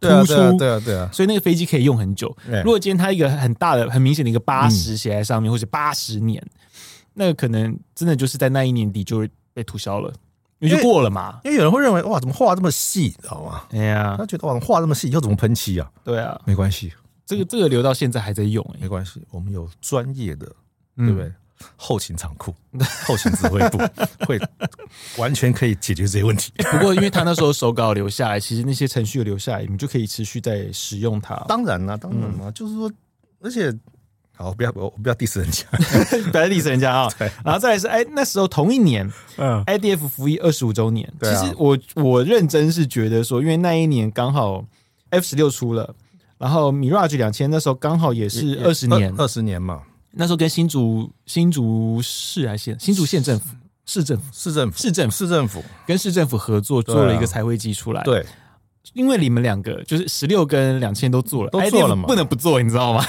B: 突
C: 对啊
B: 出，
C: 对啊对啊对啊，
B: 所以那个飞机可以用很久。
C: 对嗯
B: 如果今天它一个很大的、很明显的一个八十写在上面，或者八十年，那可能真的就是在那一年底就会被涂销了，因为就
C: 因为
B: 过了嘛。
C: 因为有人会认为哇，怎么画这么细，你知道吗？
B: 哎呀
C: 他，觉得哇，画这么细以后怎么喷漆啊？
B: 对啊，
C: 没关系，
B: 这个这个留到现在还在用、哎
C: 没关系，我们有专业的，
B: 嗯
C: 对不对？后勤仓库、后勤指挥 部会完全可以解决这些问题。
B: 不过，因为他那时候手稿留下来，其实那些程序有留下来，你们就可以持续在使用它。
C: 当然啦、当然啦、就是说，而且好，不要我我不要 diss 人家，
B: 不要 diss 人家 啊、然后再来是，哎，那时候同一年
C: 嗯，
B: ，IDF 服役二十五周年。
C: 对啊
B: 其实我我认真是觉得说，因为那一年刚好 F 十六出了，然后 Mirage 两千那时候刚好也是二十年，呃
C: 二十年嘛，
B: 那时候跟新竹新竹市还是县新竹县政府市政府
C: 市政府哎
B: 市政府
C: 市政府
B: 跟市政府合作
C: 啊
B: 做了一个彩绘机出来。
C: 对
B: 因为你们两个就是十六跟两千都做了，
C: 都做
B: IDF
C: 了嘛
B: 不能不做，你知道吗？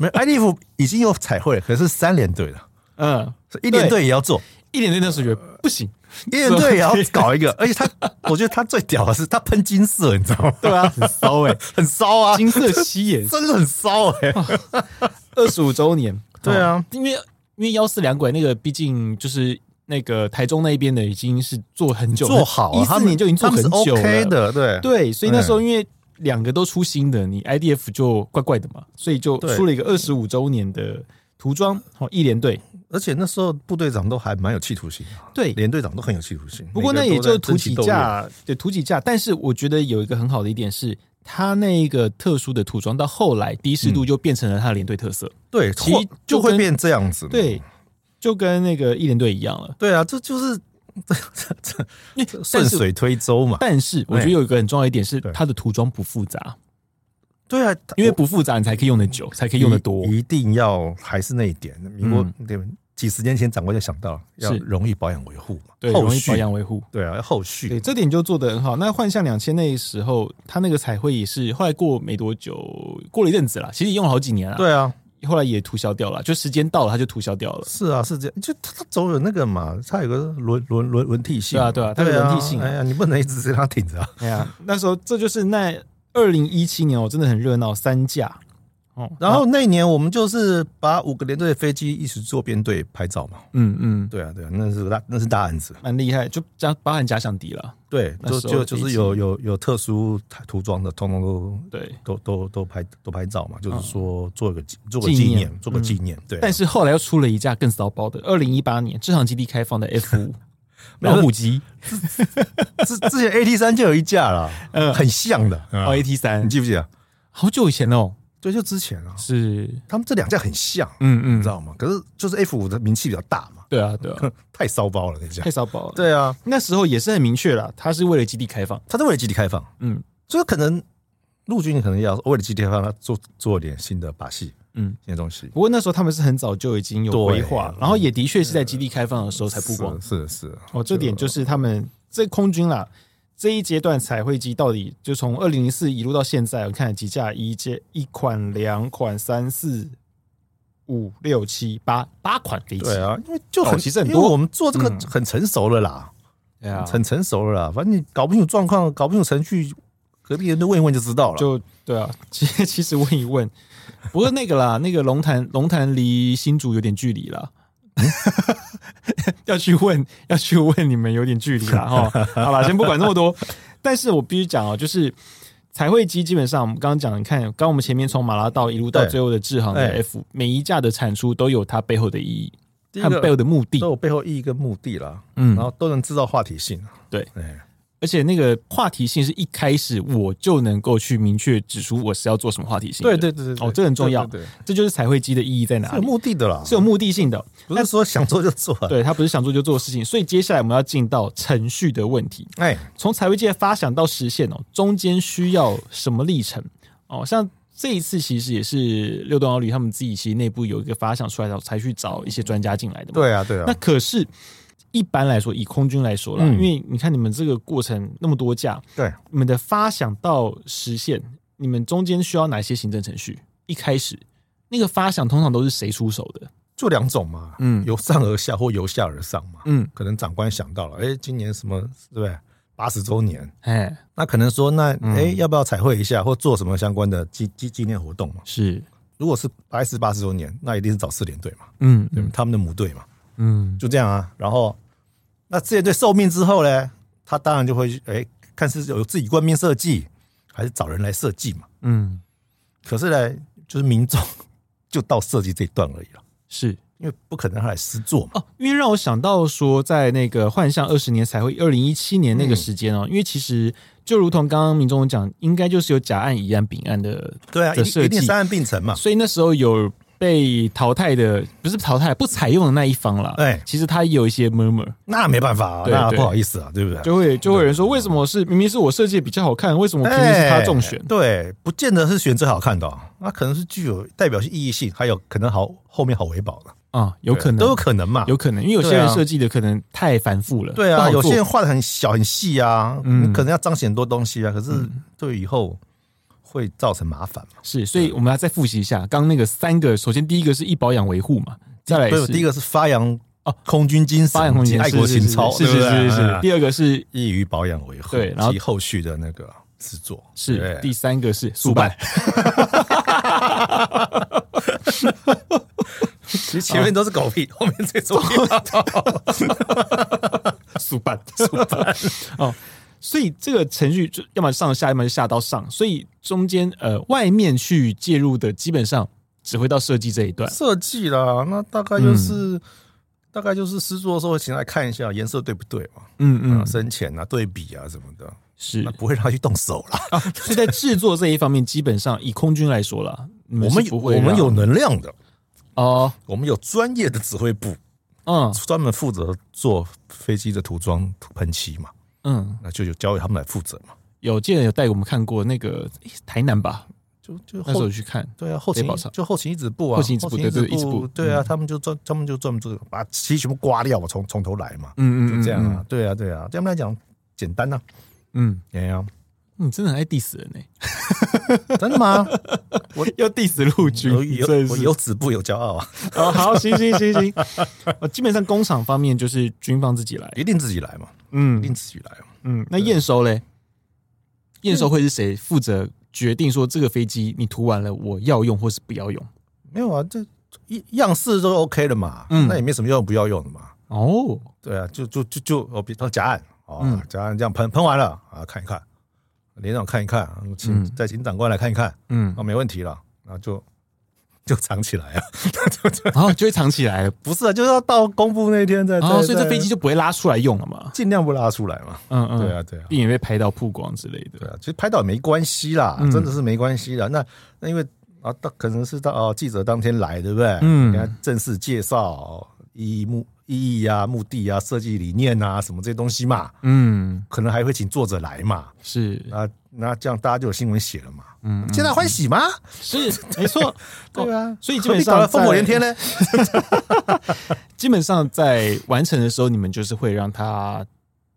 C: 没 IDF 已经有彩绘了，可是三连队了，
B: 嗯，
C: 所以一连队也要做，
B: 一点点的水觉得不行，
C: 猎人队也要搞一个，而且他，我觉得他最屌的是他喷金色，你知道吗？
B: 对啊，很骚哎、
C: 很 骚 啊，
B: 金色吸 眼，
C: 真的很骚哎、
B: 二十五周年，
C: 对啊
B: 哦因为因为幺四两轨那个，毕竟就是那个台中那边的已经是做很久了，
C: 做好、啊，
B: 一
C: 他
B: 四
C: 们
B: 年就已经做
C: 他
B: 很
C: 们是
B: 久了
C: OK 的，对
B: 对，所以那时候因为两个都出新的，你 IDF 就怪怪的嘛，所以就
C: 对
B: 出了一个二十五周年的涂装哦，一连队。
C: 而且那时候部队长都还蛮有企图心的，
B: 对
C: 连队长都很有企图心。
B: 不过那
C: 每
B: 也
C: 个都在
B: 就涂
C: 争奇
B: 几
C: 斗艳，
B: 架，对，涂几架。但是我觉得有一个很好的一点是，它那一个特殊的涂装到后来
C: 嗯
B: 低湿度就变成了它的连队特色，
C: 对，
B: 其实
C: 或
B: 就
C: 就
B: 跟
C: 会变这样子。
B: 对，就跟那个一连队一样了。
C: 对啊，这就是这这这
B: 因为
C: 这
B: 但
C: 顺
B: 是
C: 水推舟嘛。
B: 但是我觉得有一个很重要的一点是，
C: 对
B: 它的涂装不复杂，
C: 对啊，
B: 因为不复杂你才可以用的久，才可以用的多。嗯
C: 一一定要还是那一点。民国对几十年前长官就想到要
B: 是
C: 容易保养维护嘛，
B: 对，
C: 后
B: 容易保
C: 续
B: 养维护。
C: 对啊，要后
B: 对，
C: 续
B: 这点就做得很好。那幻象两千那时候，它那个彩绘也是后来过没多久，过了一阵子啦，其实也用了好几年了。，
C: 对啊，
B: 后来也涂销掉了，就时间到了，它就涂销掉了。
C: 是啊，是这样，就他他总有那个嘛，他有个轮轮轮轮替性
B: 对啊
C: 嘛
B: 对啊它有轮替性啊
C: 哎呀，你不能一直让他挺着啊。
B: 哎呀，那时候这就是那二零一七年哦，真的很热闹，三架哦。
C: 然后那一年我们就是把五个连队的飞机一起做编队拍照嘛。
B: 嗯嗯，
C: 对啊，对啊，那是大那是大案子。
B: 蛮厉害，就加包含假想敌了。
C: 对，
B: 那
C: 就
B: 时候的
C: 就
B: 飞
C: 就
B: 机
C: 是有有有特殊涂装的，通通都
B: 对，
C: 都都都拍都拍照嘛，就是说做个纪做
B: 嗯
C: 个
B: 纪
C: 纪
B: 念嗯
C: 念，做个纪念。对啊，
B: 但是后来又出了一架更骚包的，二零一八年这场基地开放的 F 五老虎机
C: 之之前 AT 三就有一架啦，
B: 嗯
C: 很像的。
B: 哦 AT
C: 你
B: 三，
C: 记不记得？
B: 好久以前哦，
C: 对，就之前啊，
B: 是
C: 他们这两架很像，
B: 嗯
C: 你
B: 嗯
C: 知，道吗？可是就是 F 五的名气比较大嘛，
B: 对啊对啊，
C: 太骚包了那架
B: 太。骚包了。
C: 对啊，
B: 那时候也是很明确啦，它是为了基地开放。
C: 他是为了集体开放，
B: 嗯
C: 所以可能陆军可能要为了集体开放，他做做点新的把戏，
B: 嗯。
C: 新的东西。
B: 不过那时候他们是很早就已经有
C: 对
B: 规划，然后也的确是在基地开放的时候才
C: 不
B: 曝光。
C: 是啊是，
B: 哦，这点就是他们这空军啦，这一阶段彩绘机到底就从二零零四一路到现在，我看了几架一阶一款、两款、三四五六七八八款飞机。
C: 对啊，因为就很
B: 哦其实很
C: 因
B: 多
C: 为我们做这个
B: 嗯
C: 很成熟了啦，
B: 对啊，
C: 很成熟了啦。反正你搞不清楚状况，搞不清楚程序，隔壁人都问一问就知道了。
B: 就对啊，其实其实问一问，不过那个 啦，那个龙潭龙潭离新竹有点距离啦。 要去问，要去问你们有点距离 啦哈。好啦，先不管那么多，但是我必须讲哦，就是彩绘机基本上我们刚刚讲，你看，刚刚我们前面从马拉道一路到
C: 对
B: 最后的制航的
C: 哎
B: F，每一架的产出都有它背后的意义
C: 第一
B: 和
C: 个
B: 背后的目的
C: 都。有背后意义跟目的啦，
B: 嗯
C: 然后都能制造话题性。
B: 对
C: 哎，
B: 而且那个话题性是一开始我就能够去明确指出我是要做什么话题性的。
C: 对对对对，
B: 哦这很重要
C: 对，对对
B: 这就是彩绘机的意义在哪
C: 是有
B: 里，
C: 目的的啦，
B: 是有目的性的。哦
C: 不是说想做就做啊。
B: 对他不是想做就做的事情，所以接下来我们要进到程序的问题。
C: 哎，
B: 从财会界发想到实现哦，中间需要什么历程？哦，像这一次其实也是六栋幺旅他们自己其实内部有一个发想出来的，才去找一些专家进来的嘛。、
C: 对啊对
B: 那
C: 啊，
B: 可是一般来说，以空军来说啦，
C: 嗯
B: 因为你看你们这个过程那么多架，
C: 对，
B: 你们的发想到实现，你们中间需要哪些行政程序？一开始那个发想通常都是谁出手的？
C: 就两种嘛，
B: 嗯
C: 由上而下或由下而上嘛。
B: 嗯，
C: 可能长官想到了，哎，今年什么对不对？八十周年，
B: 哎，
C: 那可能说，那哎，要不要彩绘一下，或做什么相关的纪纪纪念活动嘛？
B: 是，
C: 如果是白石八十周年，那一定是找四连队嘛，
B: 嗯
C: 对吧他们的母队嘛，
B: 嗯，
C: 就这样啊。然后，那四连队受命之后呢，他当然就会哎，看是有自己官兵设计，还是找人来设计嘛。
B: 嗯，
C: 可是呢，就是民众 就到设计这一段而已了，
B: 是
C: 因为不可能让他来实做嘛。
B: 哦，因为让我想到说，在那个幻象二十年才会二零一七年那
C: 嗯
B: 个时间哦，因为其实就如同刚刚民众讲，应该就是有甲案、乙案、丙案的，
C: 对啊，
B: 的
C: 一
B: 设计
C: 定一定三案并成嘛。
B: 啊所以那时候有被淘汰的，不是淘汰不采用的那一方啦。
C: 哎
B: 其实他有一些 murmur，
C: 那没办法啊，
B: 对
C: 那
B: 对
C: 不好意思啊，对不对？
B: 就会就会有人说，为什么是明明是我设计得比较好看，为什么偏偏是他中选
C: 哎？对，不见得是选最好看的、哦，那可能是具有代表性、意义性，还有可能好后面好维保的，
B: 啊，有可能
C: 哎都有可能嘛。
B: 有可能，因为有些
C: 对啊
B: 人设计的可能太繁复了，
C: 对
B: 不
C: 啊，
B: 好
C: 有
B: 做
C: 些人画的很小很细啊，
B: 嗯
C: 你可能要彰显很多东西啊，可是对以后会造成麻烦嘛。
B: 是，所以我们哎要再复习一下刚刚那个三个，首先第一个是易保养维护嘛，再来
C: 对，
B: 是
C: 第一个是发扬
B: 哦，
C: 空军精神，
B: 发扬空间，
C: 爱
B: 是
C: 国
B: 是
C: 情操，
B: 是
C: 对
B: 是
C: 不对
B: 是是是。
C: 哎
B: 第二个是
C: 易于保养维护，
B: 对然后
C: 及后续的那个制作
B: 是
C: 对
B: 第三个是速办，
C: 其实前面都是狗屁，后面最 重要。
B: 速办速办 哦。所以这个程序就要么上下，要么就下到上，所以中间呃外面去介入的基本上只会到设计这一段。
C: 设计啦，那大概就是、
B: 嗯
C: 大概就是施作的时候，请来看一下颜色对不对嘛，
B: 嗯
C: 嗯，
B: 嗯，
C: 深浅啊、对比啊什么的，
B: 是
C: 那。不会让他去动手啦。
B: 所以在制作这一方面，基本上以空军来说啦，你
C: 我
B: 是
C: 们有
B: 不会啊
C: 我们
B: 让
C: 有能量的，
B: 哦，
C: 我们有专业的指挥部，
B: 嗯
C: 专门负责做飞机的涂装喷漆嘛，
B: 嗯，
C: 那就有交给他们来负责嘛。
B: 有记得有带我们看过那个诶台南吧，
C: 就就
B: 那时
C: 后
B: 候去看，
C: 对啊，后
B: 雷
C: 勤
B: 宝藏
C: 就后勤一直部啊，
B: 后勤一指部对对对一嗯指部
C: 对啊，他们就专他们就专门做这个，把漆全部刮掉嘛，从从头来嘛，
B: 嗯
C: 就这样啊，，对啊对啊，对他们来讲简单呐，
B: 嗯，
C: 哎 呀，
B: 你真的很爱 diss 人呢、
C: 真的吗？
B: 要 diss 陆军，
C: 有
B: 你真
C: 有
B: 的
C: 我
B: 是
C: 有止步有骄傲啊，
B: 哦，好，行行行行，呃，基本上工厂方面就是军方自己来，
C: 一定自己来嘛，一
B: 嗯
C: 定自己来嘛。
B: 嗯，那验收嘞，验收会是谁负责决定说这个飞机你涂完了我要用或是不要用？
C: 没有啊，这一样式都 OK 的嘛，
B: 嗯
C: 那也没什么要不要用的嘛。
B: 哦，
C: 对啊，就就就就哦，比如说甲案哦
B: 嗯，
C: 甲案这样喷喷完了啊，看一看，连长看一看，请
B: 嗯
C: 再请长官来看一看，
B: 嗯，
C: 啊，没问题了，然后就就藏起来啊。
B: 然后就会藏起来了，
C: 不是啊，就是要到公布那天再。
B: 然后哦所以这
C: 再
B: 飞机就不会拉出来用了嘛，
C: 尽量不拉出来嘛。
B: 嗯嗯，
C: 对啊，对啊，
B: 避免被拍到曝光之类
C: 对
B: 的，
C: 啊，其实拍到也没关系啦
B: 嗯，
C: 真的是没关系啦。那那因为啊，到可能是到哦记者当天来，对不对？
B: 嗯
C: 给他正式介绍意义目意义啊、目的啊、设计理念啊什么这些东西嘛，
B: 嗯，
C: 可能还会请作者来嘛。
B: 是
C: 啊，那这样大家就有新闻写了嘛，
B: 嗯
C: 皆大欢喜嘛，
B: 是没 错，
C: 对
B: 哦
C: 啊。
B: 所以基
C: 何
B: 本
C: 必搞
B: 上
C: 得烽火
B: 在
C: 连天呢？
B: 基本上在完成的时候，你们就是会让它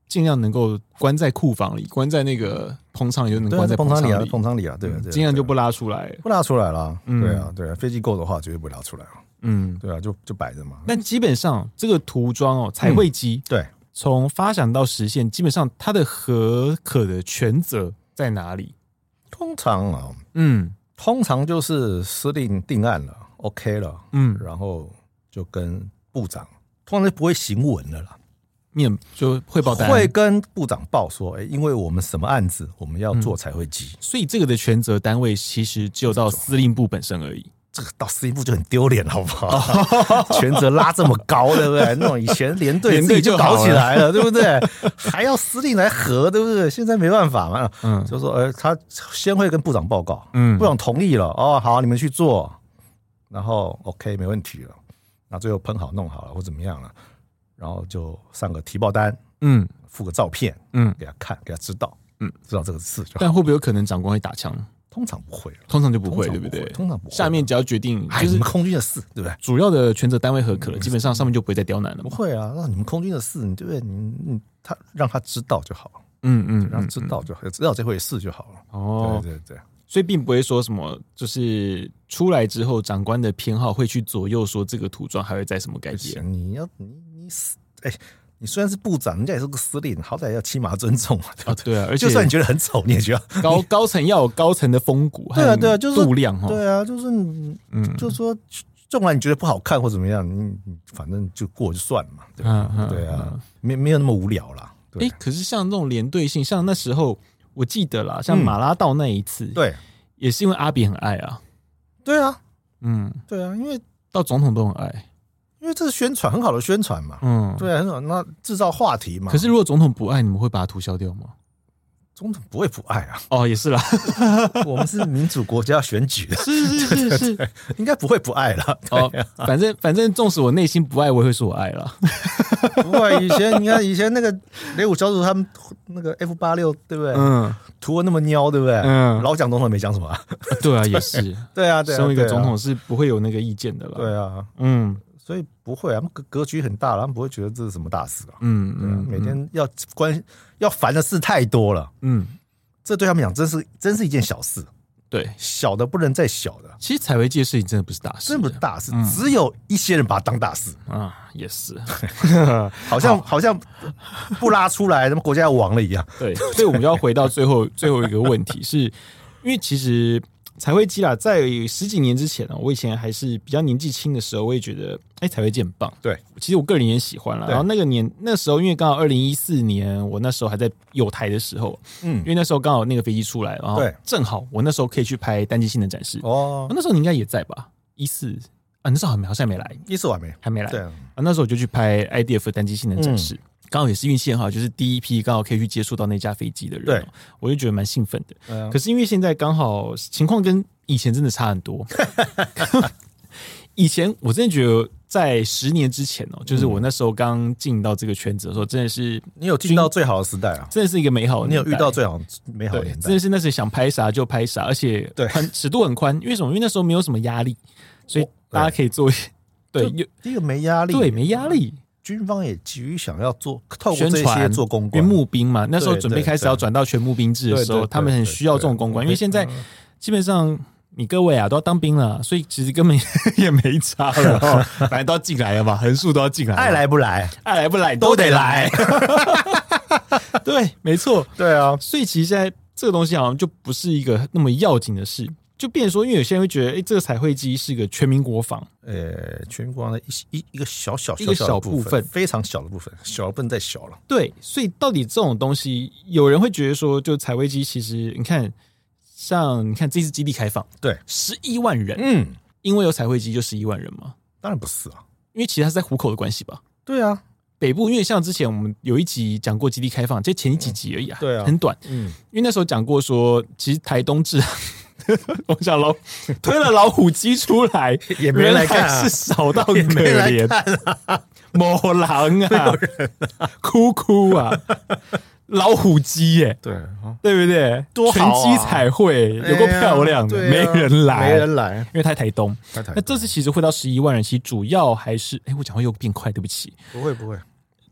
B: 尽量能够关在库房里，关在那个棚舱里，就能
C: 对啊，
B: 关在
C: 捧场里啊，
B: 里，
C: 捧场里啊，对啊，对啊
B: 尽量就
C: 对啊
B: 不拉出来。
C: 不拉出来了。
B: 嗯
C: 对啊，对啊，飞机够的话绝对不会拉出来啊。
B: 嗯，
C: 对啊，就就摆着嘛。
B: 但基本上这个涂装哦，彩绘机
C: 对，
B: 从发想到实现，基本上它的合可的权责在哪里？
C: 通常啊，
B: 嗯
C: 通常就是司令定案了，OK 了，
B: 嗯，
C: 然后就跟部长，通常就不会行文了啦，
B: 面就汇报单
C: 会，跟部长报说，哎，因为我们什么案子，我们要做彩绘机，
B: 所以这个的权责单位其实只有到司令部本身而已。
C: 这个到司令部就很丢脸，好不 好？权责拉这么高，对不对？那种以前连队
B: 连
C: 自
B: 队
C: 己
B: 就
C: 就
B: 好
C: 搞起
B: 了
C: 来了，对不对？还要司令来合，对不对？现在没办法嘛，
B: 嗯
C: 就说，呃，他先会跟部长报告，
B: 嗯
C: 部长同意了，哦，好，你们去做，然后 OK 没问题了，那最后喷好弄好了或怎么样了，然后就上个提报单，
B: 嗯
C: 附个照片
B: 嗯，
C: 给他看，给他知道，
B: 嗯，
C: 知道这个事就好。
B: 但会不会有可能长官会打枪？
C: 通常不会了，
B: 通常就不会，
C: 通
B: 对
C: 常
B: 不对？
C: 通常不会。
B: 下面只要决定，
C: 哎，
B: 就
C: 你
B: 是
C: 们空军的事，对不对？
B: 主要的权责单位合可了，基本上上面就不会再刁难了
C: 嗯不
B: 嘛。
C: 会啊，那你们空军的事，你对不对？你你他让他知道就好了，
B: 嗯嗯，
C: 让
B: 嗯
C: 他知道就好，知道这回事就好了。
B: 哦，
C: 对对对，
B: 所以并不会说什么，就是出来之后长官的偏好会去左右说这个涂装还会再什么改
C: 不
B: 变。
C: 行，你要你你死哎。你虽然是部长，人家也是个司令，好歹要起码尊重嘛，对
B: 啊
C: 吧？，
B: 对啊，而且
C: 就算你觉得很丑，你也觉得
B: 高高层要有高层的风骨，
C: 对啊对啊就是
B: 度量哈，
C: 对啊，就是你，
B: 哦嗯
C: 就说，纵然你觉得不好看或怎么样，你你反正就过就算了嘛，对吧？
B: 嗯嗯
C: 对啊
B: 嗯，
C: 没没有那么无聊啦，
B: 哎
C: 对，啊
B: 可是像这种连队性，像那时候我记得啦，像
C: 嗯
B: 马拉道那一次，，
C: 对
B: 也是因为阿扁很爱啊，
C: 对啊，
B: 嗯，
C: 对啊，因为
B: 到总统都很爱，
C: 因为这是宣传，很好的宣传嘛，
B: 嗯，。
C: 对啊，很好，那制造话题嘛。
B: 可是如果总统不爱，你们会把它涂消掉吗？
C: 总统不会不爱 啊，
B: 哦，也是 啦，
C: 我们是民主国家选 举的，
B: 是是是是，
C: 应该不会不 爱啦。
B: 哦，反正反正，纵使我内心不爱，我也会说我爱 了。
C: 不会，以前你看以前那个 雷武小组他们那个 F 八六，对不对？
B: 嗯，
C: 图文那么喵，对不对？
B: 嗯
C: 老蒋总统也没讲什么啊，
B: 对啊，也是。
C: 对 啊，对啊，
B: 身为一个
C: 对啊
B: 总统，是不会有那个意见的啦。
C: 对啊，
B: 嗯
C: 所以不会啊，他们格格局很大了，他们不会觉得这是什么大事啊。
B: 嗯
C: 对啊，
B: 嗯，
C: 每天要关要烦的事太多了，
B: 嗯，
C: 这对他们讲真是真是一件小事。
B: 对，
C: 小的不能再小的，
B: 其实采薇这些事情真的不是啊嗯大事，
C: 这么大事，只有一些人把它当大事，
B: 啊，也是，
C: 好像好像不拉出来，他们国家要亡了一样。
B: 对，所以我们就要回到最后最后一个问题是，因为其实彩绘机啦，在十几年之前呢、啊我以前还是比较年纪轻的时候，我也觉得哎、彩绘机很棒。
C: 对，
B: 其实我个人也喜欢了。
C: 对
B: 然后那个年那时候，因为刚好二零一四年，我那时候还在有台的时候，
C: 嗯
B: 因为那时候刚好那个飞机出来，然后
C: 对
B: 正好我那时候可以去拍单机性的展示。哦，
C: 哦，
B: 那时候你应该也在吧？一四啊，那时候好像好像还没来，
C: 一次我还没，
B: 还没来。
C: 对啊，
B: 啊，那时候我就去拍 IDF 单机性能
C: 嗯
B: 展示，刚、好也是运气很好，就是第一批刚好可以去接触到那架飞机的人哦、
C: 对
B: 我就觉得蛮兴奋的。
C: 嗯
B: 可是因为现在刚好情况跟以前真的差很多， 以前我真的觉得在十年之前哦、就是我那时候刚进到这个圈子的时候，真的是
C: 你有进到最好的时代啊，
B: 真的是一个美好的
C: 你
B: 年
C: 有
B: 代，
C: 遇到最好美好的
B: 对，
C: 年
B: 真
C: 代
B: 的。是那时候想拍啥就拍啥，而且
C: 对
B: 宽尺度很宽，因为什么？因为那时候没有什么压力，所以大家可以做一些对有
C: 第一个没哦压力，
B: 对没压力。
C: 军方也急于想要做透过
B: 宣
C: 这些
B: 传
C: 做公
B: 因为
C: 关，
B: 募兵嘛，那时候
C: 对
B: 准备
C: 对
B: 开始
C: 对
B: 要转到全募兵制的时
C: 对
B: 候，
C: 对对
B: 他们很需要这种公关，因为现在基本上你各位啊都要当兵了，所以其实根本 也没差 了哦，反正都要进来了嘛，横竖都要进来了，
C: 爱来不来
B: 爱来不来
C: 都
B: 都
C: 得
B: 得来
C: 来，。
B: 对，没错。
C: 对啊，
B: 所以其实现在这个东西好像就不是一个那么要紧的事，就变成说，因为有些人会觉得，哎、这个彩绘机是个全民国防，
C: 呃，全国的一一一个小小
B: 一个
C: 小
B: 小
C: 的部
B: 部分
C: 非常小的部分，小的不能再小了。
B: 对，所以到底这种东西，有人会觉得说，就彩绘机其实你看，像你看这次基地开放，
C: 对，
B: 十一万人，
C: 嗯，
B: 因为有彩绘机就十一万人嘛，
C: 当然不是啊，
B: 因为其实它是在虎口的关系吧。
C: 对啊，
B: 北部，因为像之前我们有一集讲过基地开放，这前几集而已啊，
C: 对啊
B: 很短。
C: 嗯，
B: 因为那时候讲过说，其实台东 治航王小 龙推了老虎机出来，
C: 也没人来看啊
B: 人还是少到可
C: 也没人来
B: 怜，
C: 看啊，
B: 某狼啊，哭哭 啊，老虎机耶、
C: 对啊，
B: 对不对？
C: 多好啊
B: 全机彩绘 有够漂亮的，
C: 哎呀
B: 没
C: 对啊
B: 人来，
C: 没人来。哎
B: 因为它台东。
C: 太太
B: 那这次其实会到十一万人，其实主要还是，哎，我讲话又变快，对不起。
C: 不会不会，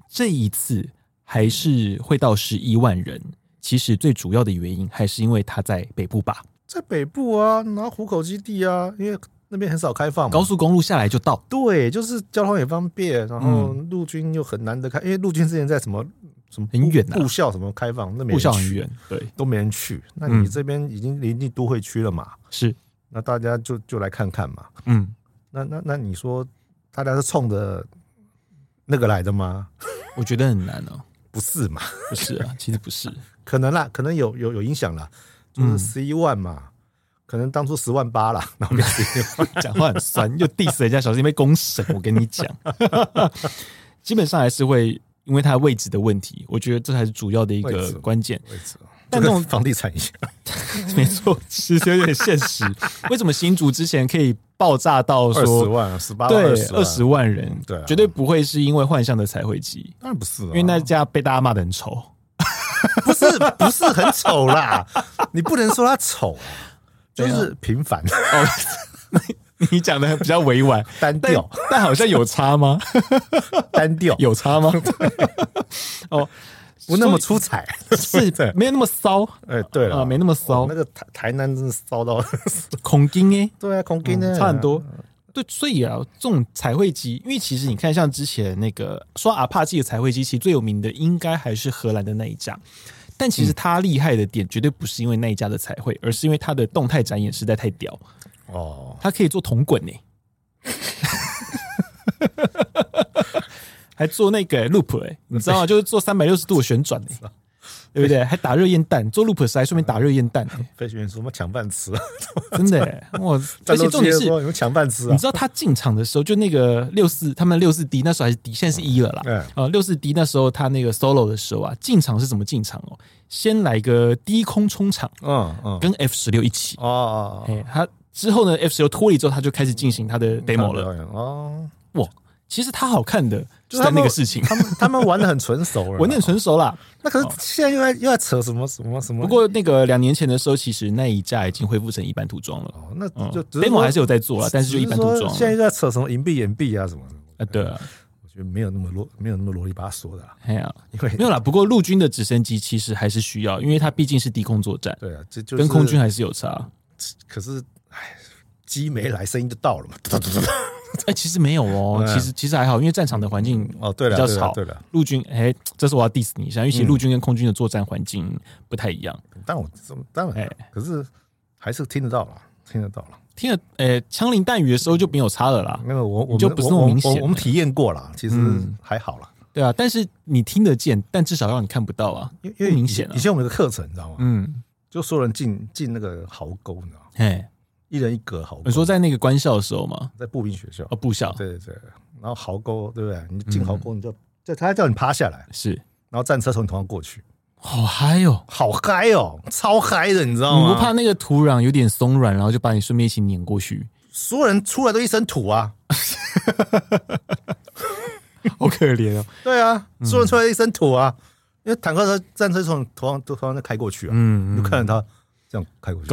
B: 这一次还是会到十一万人，其实最主要的原因还是因为它在北部吧，
C: 在北部啊，然后虎口基地啊，因为那边很少开放嘛，
B: 高速公路下来就到。
C: 对，就是交通也方便，然后陆军又很难得开，因为陆军之前在什么什么
B: 嗯很
C: 部
B: 远啊
C: 部校什么开放，那没
B: 步
C: 人
B: 校
C: 去
B: 很远，对，
C: 都没人去。那
B: 嗯
C: 你这边已经临近都会区了嘛？
B: 是，
C: 那大家就就来看看嘛。
B: 嗯，
C: 那那那你说大家是冲着那个来的吗？
B: 我觉得很难哦、
C: 不是嘛？
B: 不是啊，其实不是，
C: 可能啦，可能有有有影响啦，就是
B: 嗯
C: 十一万嘛，可能当初十万八啦，然后变11万
B: 讲话很酸，又 diss 人家，小心被公审。我跟你讲， 基本上还是会因为它位置的问题，我觉得这才是主要的一
C: 位
B: 个
C: 置
B: 关键。
C: 为止哦。
B: 但
C: 这
B: 那
C: 个
B: 种
C: 房 地产一样，
B: 没错，其实有点现实。为什么新竹之前可以爆炸到
C: 二十
B: 说
C: 万、啊十八万、
B: 对
C: 二
B: 二十万人，
C: 嗯对啊
B: 绝对不会是因为幻象的彩绘机，
C: 当然不是、啊，
B: 因为那家被大家骂的很丑。
C: 不是不是很丑啦，你不能说他丑、啊，就是平凡
B: 哦，你讲的比较委婉，
C: 单
B: 但
C: 调
B: 但好像有差吗？
C: 单调，
B: 有差 吗？哦，
C: 不那么出彩。
B: 是没有那么骚
C: 哎，对了、哦
B: 啊，没那么骚
C: 那，个台台南真的骚到，
B: 恐惊哎。
C: 对啊，空间呢、
B: 嗯差很多。对，所以啊，这种彩绘机，因为其实你看，像之前那个说阿帕奇的彩绘机，其实最有名的应该还是荷兰的那一家。但其实
C: 嗯
B: 它厉害的点，绝对不是因为那一家的彩绘，而是因为它的动态展演实在太屌，
C: 哦。
B: 它可以做铜滚呢、 还做那个、loop 哎、你知道吗？就是做三百六十度的旋转哎、
C: 啊
B: 对不对？还打热焰弹，做 loop 的时候还顺便打热焰弹、欸，
C: 飞行员说：“我们抢饭 吃啊，
B: 真的、欸、哇！而
C: 战斗
B: 且
C: 机
B: 重点
C: 的
B: 是
C: 时，候你们抢饭吃啊
B: 你知道他进场的时候，就那个六四，他们六四 D 那时候还是 D，现在是一了啦。
C: 嗯
B: 呃，六四 D 那时候他那个 solo 的时候啊，进场是怎么进场哦？先来个低空冲场，！”
C: 嗯嗯，
B: 跟 F 十六一起。
C: 哦哦
B: 哎、他之后呢，F 十六脱离之后，他就开始进行他的
C: 哦
B: demo 了。
C: 哦，
B: 哇，其实他好看的
C: 就是是
B: 在
C: 他们啊
B: 那个事情，
C: 他们他们玩的很纯熟了，哦
B: 文念纯熟啦。
C: 那可是现在又在又在扯什么什么什么？
B: 不过那个两年前的时候，其实那一架已经恢复成一般涂装了。
C: 哦，那
B: 嗯
C: 就只是
B: ，demo
C: 说
B: 还是有在做了，但是就一般涂
C: 只是
B: 装
C: 说现在
B: 了。
C: 又在扯什么银币眼币啊什么的，
B: 啊，对啊，
C: 我觉得没有那么啰没有那么啰里吧嗦的啦，
B: 哎呀，
C: 因为
B: 没有啦。不过陆军的直升机其实还是需要，因为它毕竟是低空作战。
C: 对啊，这就是
B: 跟空军还是有差。
C: 可是哎，鸡没来，声音就到了 嘛。嘟嘟嘟嘟
B: 哎、其实没有 哦，
C: 嗯
B: 其实其实还好，因为战场的环境
C: 哦，对了，
B: 比较
C: 对了
B: 吵
C: 对了。
B: 陆军，哎、这是我要 diss 你一下，因为其实
C: 嗯
B: 陆军跟空军的作战环境不太一样。
C: 但我怎么当
B: 哎
C: 然，可是还是听得到了，听得到了。
B: 听了，哎、枪林弹雨的时候就没有差了啦，
C: 那个我我们
B: 就不是那么
C: 我
B: 明显
C: 我我我们体验过了，其实
B: 嗯
C: 还好啦。
B: 对啊。但是你听得见，但至少让你看不到啊，
C: 因
B: 不
C: 为
B: 明
C: 以
B: 显
C: 前
B: 啊
C: 以。前我们有个课程，你知道吗？
B: 嗯，
C: 就所有人进进那个壕沟，你知道吗？
B: 哎，
C: 一人一格壕沟。
B: 你说在那个官校的时候吗？
C: 在步兵学校
B: 哦，，嗯部校
C: 对对对，然后壕沟，对不对？你进壕沟，你就就他叫你趴下来，
B: 是，
C: 然后战车从你头上过去，
B: 好嗨哦！
C: 好嗨哦，超嗨的，你知道
B: 你
C: 吗？
B: 不怕那个土壤有点松软，然后就把你顺便一起碾过去，
C: 所有人出来都一身土啊？
B: 好可怜哦。
C: 对啊，所有人出来一身土啊，因为坦克车、战车从你头上都头上就开过去啊，
B: 嗯
C: 你就看着他这样开过去，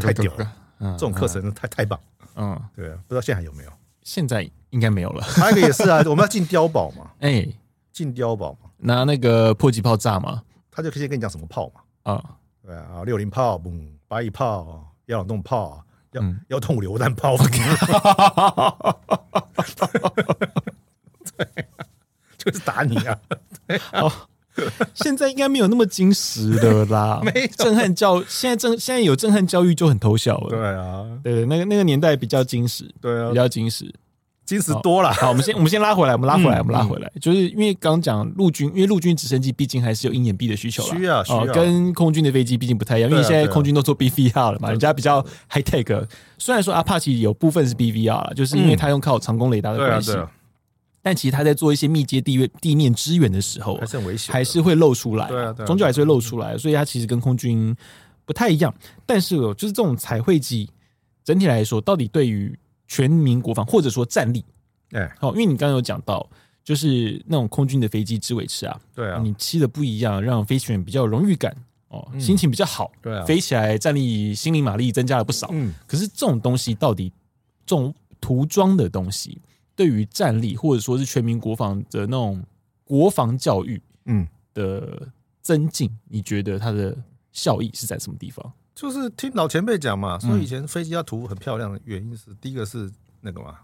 C: 太屌了！
B: 嗯
C: 这种课程太太棒，
B: 嗯，
C: 对啊，不知道现在还有没有？
B: 现在应该没有了。
C: 还有一个也是啊， 我们要进碉堡嘛，
B: 哎、
C: 进碉堡嘛，
B: 拿那个迫击炮炸嘛，
C: 他就先跟你讲什么炮嘛，
B: 啊，
C: 对啊，六零炮、嗯，八一炮、幺两洞炮、啊幺
B: 嗯
C: 幺筒榴弹炮， 啊 就是打你啊！
B: 现在应该没有那么矜持的啦。
C: 没有
B: 震撼教，现在震现在有震撼教育就很偷笑了。
C: 对啊，
B: 对对，那个那个年代比较矜持，
C: 对
B: 比较
C: 啊，
B: 矜持。
C: 金石多了，
B: 好，我们先我们先拉回来，我们拉回来，
C: 嗯
B: 我们拉回来，就是因为刚讲陆军，因为陆军直升机毕竟还是有鹰眼 B 的需求啦，
C: 需要需要
B: 哦，跟空军的飞机毕竟不太一样，因为
C: 对啊
B: 现在
C: 对啊
B: 空军都做 BVR 了嘛，人家比较 high tech。虽然说阿帕奇有部分是 BVR 了，就是因为它用靠长弓雷达的
C: 嗯对啊，
B: 关系
C: 对，啊，
B: 但其实它在做一些密接地面地面支援的时候啊
C: 还，是很危险的，
B: 还是会露出来，
C: 对啊对啊
B: 终究还是会露出来，所以它其实跟空军不太一样。但是哦，就是这种彩绘机，整体来说，到底对于全民国防或者说战力，
C: 哎，
B: 好、因为你刚刚有讲到，就是那种空军的飞机支尾翅啊，
C: 对啊，嗯
B: 你漆的不一样，让飞行员比较有荣誉感哦，心情比较好，
C: 对啊
B: 飞起来战力、心灵马力增加了不少。
C: 嗯，
B: 可是这种东西到底这种涂装的东西，对于战力或者说是全民国防的那种国防教育，
C: 嗯，
B: 的增进，你觉得它的效益是在什么地方？
C: 就是听老前辈讲嘛，说
B: 嗯
C: 以前飞机要涂很漂亮的原因是，第一个是那个嘛，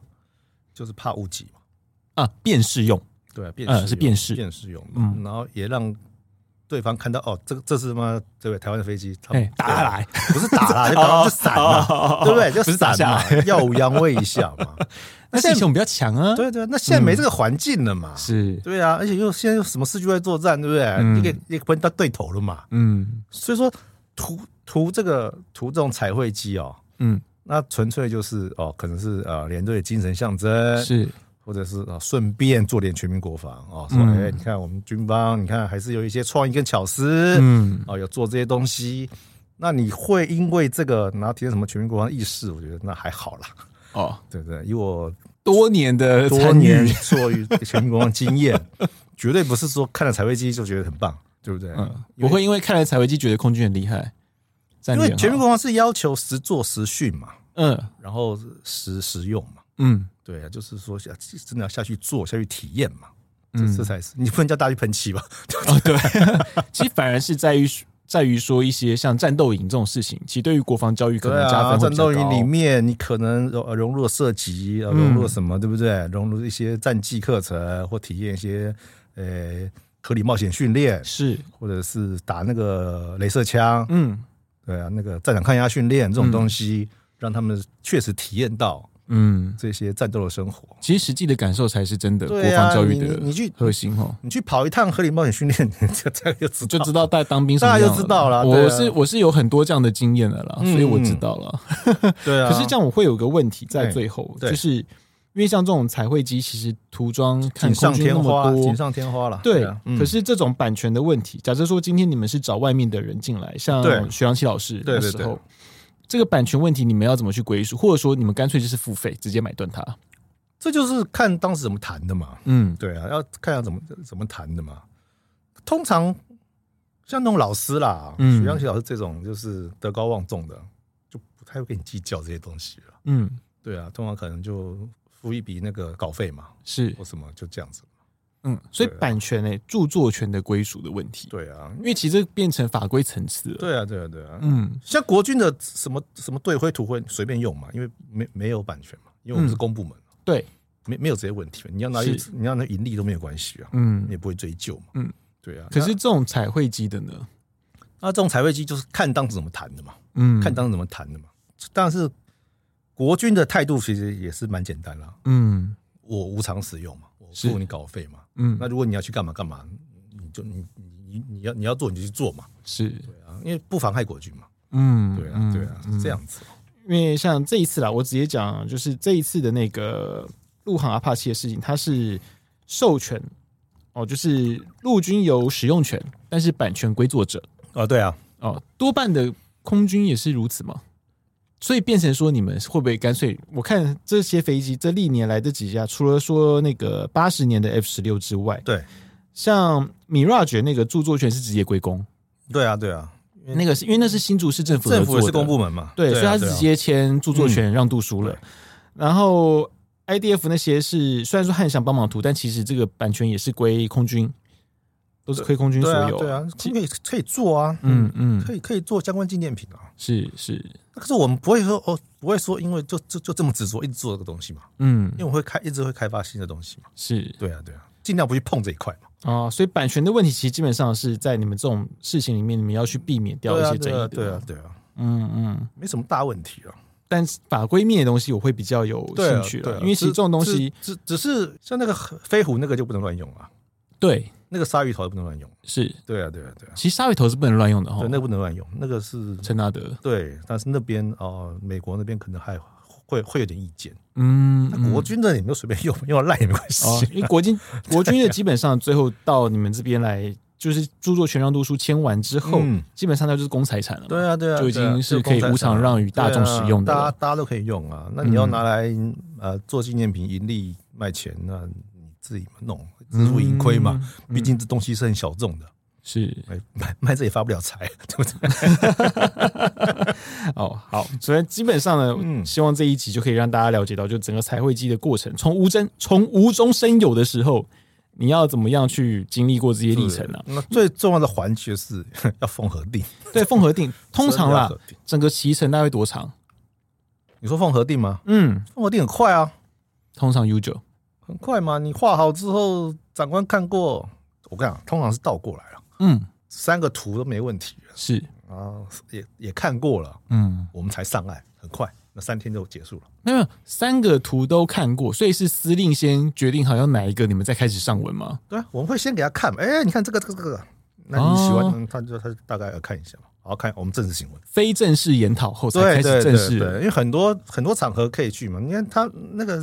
C: 就是怕误击嘛，
B: 啊，辨识用，
C: 对啊，辨
B: 嗯
C: 识
B: 是
C: 用
B: 辨识
C: 辨识用嘛，
B: 嗯
C: 然后也让对方看到哦，这个这是嘛，对不对？台啊湾的飞机，他
B: 哎、
C: 们
B: 打哦下来，
C: 不是 打啦，就搞到就散了，对不对？就
B: 不是打
C: 散
B: 下
C: 嘛
B: 来，
C: 耀武扬威一下 嘛。
B: 但是以前我们比较强啊，
C: 对对，那现在没这个环境了嘛。
B: 是，
C: 对啊，而且又现在又什么世俱在作战，对不
B: 嗯
C: 对？一个一个喷到对头了嘛。
B: 嗯
C: 所以说涂涂这个涂这种彩绘机哦，
B: 嗯，
C: 那纯粹就是哦，可能是呃连队的精神象征，
B: 是，
C: 或者是啊顺便做点全民国防啊，说
B: 嗯
C: 哎，你看我们军方，你看还是有一些创意跟巧思，
B: 嗯
C: 哦，有做这些东西。那你会因为这个然后提升什么全民国防意识？我觉得那还好啦，
B: 哦，
C: 对不对？以我
B: 多年的
C: 多
B: 参
C: 年
B: 与，
C: 做全民国防经 验，绝对不是说看了彩绘机就觉得很棒，对不对？
B: 嗯，我会因为看了彩维机觉得空军很厉害，战
C: 因
B: 略
C: 为
B: 很
C: 全民
B: 好
C: 国防是要求实做实训嘛，
B: 嗯
C: 然后实实用嘛，
B: 嗯
C: 对啊，就是说下真的要下去做，下去体验嘛，这
B: 嗯
C: 这才是你不能叫大家去喷漆吧？
B: 哦，对， 其实反而是在于在于说一些像战斗营这种事情，其实对于国防教育可
C: 对
B: 能加
C: 啊，
B: 分会
C: 战
B: 比较
C: 斗营
B: 高。嗯
C: 里面你可能融呃融入了射击，呃融入了什么，对不对？融入一些战技课程，或体验一些呃合理冒险训练，
B: 是，
C: 或者是打那个镭射枪，
B: 嗯
C: 对啊，那个战场抗压训练这种
B: 嗯
C: 东西，让他们确实体验到
B: 嗯，
C: 这些战斗的生活。
B: 其实实际的感受才是真的国
C: 对啊
B: 防教育
C: 你你你
B: 的
C: 去
B: 核心哦。
C: 你去跑一趟合理冒险训练，你就大概就知
B: 就
C: 道
B: 知道大家当兵什么样
C: 大家就知道了对啊
B: 我是我是有很多这样的经验的啦，
C: 嗯
B: 所以我知道了。
C: 对啊。
B: 可是这样我会有个问题在最后，
C: 对
B: 就是因为像这种彩绘机，其实涂装看
C: 锦上
B: 空军
C: 添
B: 那
C: 花，
B: 么多
C: 锦，上添花了。
B: 对
C: 啊。嗯
B: 可是这种版权的问题，假设说今天你们是找外面的人进来，像
C: 对
B: 徐阳琪老师
C: 对
B: 那
C: 对
B: 时候，这个版权问题你们要怎么去归属，或者说你们干脆就是付费直接买断它？
C: 这就是看当时怎么谈的嘛。
B: 嗯
C: 对啊，要看要怎么怎么谈的嘛。通常像那种老师啦，
B: 嗯
C: 许阳奇老师这种就是德高望重的，就不太会跟你计较这些东西了。
B: 嗯，
C: 对啊，通常可能就付一笔那个稿费嘛，
B: 是
C: 或什么就这样子。
B: 嗯，所以
C: 对啊
B: 版权诶、著作权的归属的问题，
C: 对啊，
B: 因为其实这变成法规层次了。
C: 对啊，对啊，对啊。
B: 嗯，
C: 像国军的什么什么队徽图徽随便用嘛，因为没没有版权嘛，因为我们是公部门，
B: 对，
C: 没没有这些问题嘛。你要拿一
B: 嗯是
C: 你要拿盈利都没有关系啊，
B: 嗯
C: 你。也不会追究嘛。
B: 嗯，
C: 对啊。
B: 可是
C: 那
B: 这种彩绘机的呢？
C: 那这种彩绘机就是看当时怎么谈的嘛，
B: 嗯，
C: 看当时怎么谈的嘛。但是国军的态度其实也是蛮简单啦，
B: 嗯
C: 我无偿使用嘛，我
B: 是
C: 付你稿费嘛。
B: 嗯，
C: 那如果你要去干嘛干嘛，你就你你你你要你要做你就去做嘛，
B: 是
C: 对啊，因为不妨害国军嘛，
B: 嗯，
C: 对啊
B: 嗯
C: 对啊，是这。样子。
B: 因为像这一次啦，我直接讲，就是这一次的那个陆航阿帕奇的事情，它是授权哦，就是陆军有使用权，但是版权归作者
C: 哦，对啊，
B: 哦，多半的空军也是如此嘛。所以变成说，你们会不会干脆？我看这些飞机，这历年来这几架，除了说那个八十年的 F 十六之外，
C: 对
B: 像 Mirage 那个著作权是直接归公，
C: 对啊，对啊，
B: 那个是因为那是新竹市政府合
C: 政府也
B: 作
C: 是
B: 的
C: 公部门嘛，
B: 对，所以他
C: 啊
B: 是直接签著作权让渡书了。
C: 对啊嗯
B: 然后 IDF 那些是虽然说汉翔帮忙图，但其实这个版权也是归空军，都是归空军所
C: 对啊，
B: 有。
C: 对啊，
B: 其
C: 可以可以做啊，
B: 嗯嗯，
C: 可以可以做相关纪念品啊。
B: 是是，
C: 可是我们不会说哦，不会说，因为就就就这么执着一直做这个东西嘛，
B: 嗯
C: 因为我会开一直会开发新的东西嘛。
B: 是
C: 对啊，对啊，尽量不去碰这一块嘛。
B: 啊、所以版权的问题其实基本上是在你们这种事情里面，你们要去避免掉
C: 对
B: 一
C: 啊，
B: 些争
C: 对
B: 议
C: 啊，
B: 的。
C: 对啊，对啊，
B: 嗯嗯。
C: 没什么大问题啊。
B: 但是法规面的东西我会比较有
C: 对啊
B: 兴趣
C: 对啊
B: 了，因为其实这种东西，
C: 只只只是像那个飞虎那个就不能乱用啊，
B: 对
C: 那个鲨鱼头也不能乱用。
B: 是，
C: 对啊，对啊，对啊，
B: 其实鲨鱼头是不能乱用的哈哦
C: 对，。那个不能乱用，那个是
B: 陈纳德，
C: 对，但是那边哦、美国那边可能还会会有点意见。
B: 嗯，
C: 那
B: 嗯
C: 国军的也没有随便用， 用烂也没关系。
B: 哦，因为国军国军的基本上最后到你们这边来，就是著作权让渡书签完之后，
C: 嗯
B: 基本上它就是公财产了嘛。
C: 对啊，对啊，
B: 就已经
C: 对啊
B: 是可以无偿让与大众使用的
C: 对
B: 了嗯
C: 啊大家大家都可以用啊。那你要拿来、呃做纪念品盈利卖钱，那你自己弄，自负盈亏嘛。
B: 嗯
C: 毕竟这东西是很小众的，
B: 是
C: 卖卖卖这也发不了财， 对不对？
B: 哦，好，所以基本上呢，
C: 嗯
B: 希望这一集就可以让大家了解到，就整个彩绘机的过程，从无真从无中生有的时候，你要怎么样去经历过这些历程啊？
C: 那最重要的环节是 要缝合定。
B: 对，缝合 定通常
C: 真的要
B: 啦
C: 合，定
B: 整个骑程大概多长？
C: 你说缝合定吗？
B: 嗯，
C: 缝合定很快啊，
B: 通常 U 九
C: 很快嘛。你画好之后，长官看过，我跟你讲，通常是倒过来了，
B: 嗯
C: 三个图都没问题
B: 是
C: 啊，也也看过了，
B: 嗯。
C: 我们才上岸，很快，那三天就结束了。
B: 没有三个图都看过，所以是司令先决定好要哪一个，你们再开始上文吗？
C: 对啊，我们会先给他看嘛，哎，你看这个这个这个，那你喜欢，
B: 哦
C: 嗯他就他就大概看一下嘛，然后看我们正式行为，
B: 非正式研讨后才开
C: 对
B: 始
C: 对
B: 正
C: 对
B: 式。
C: 对，因为很多很多场合可以去嘛，你看他那个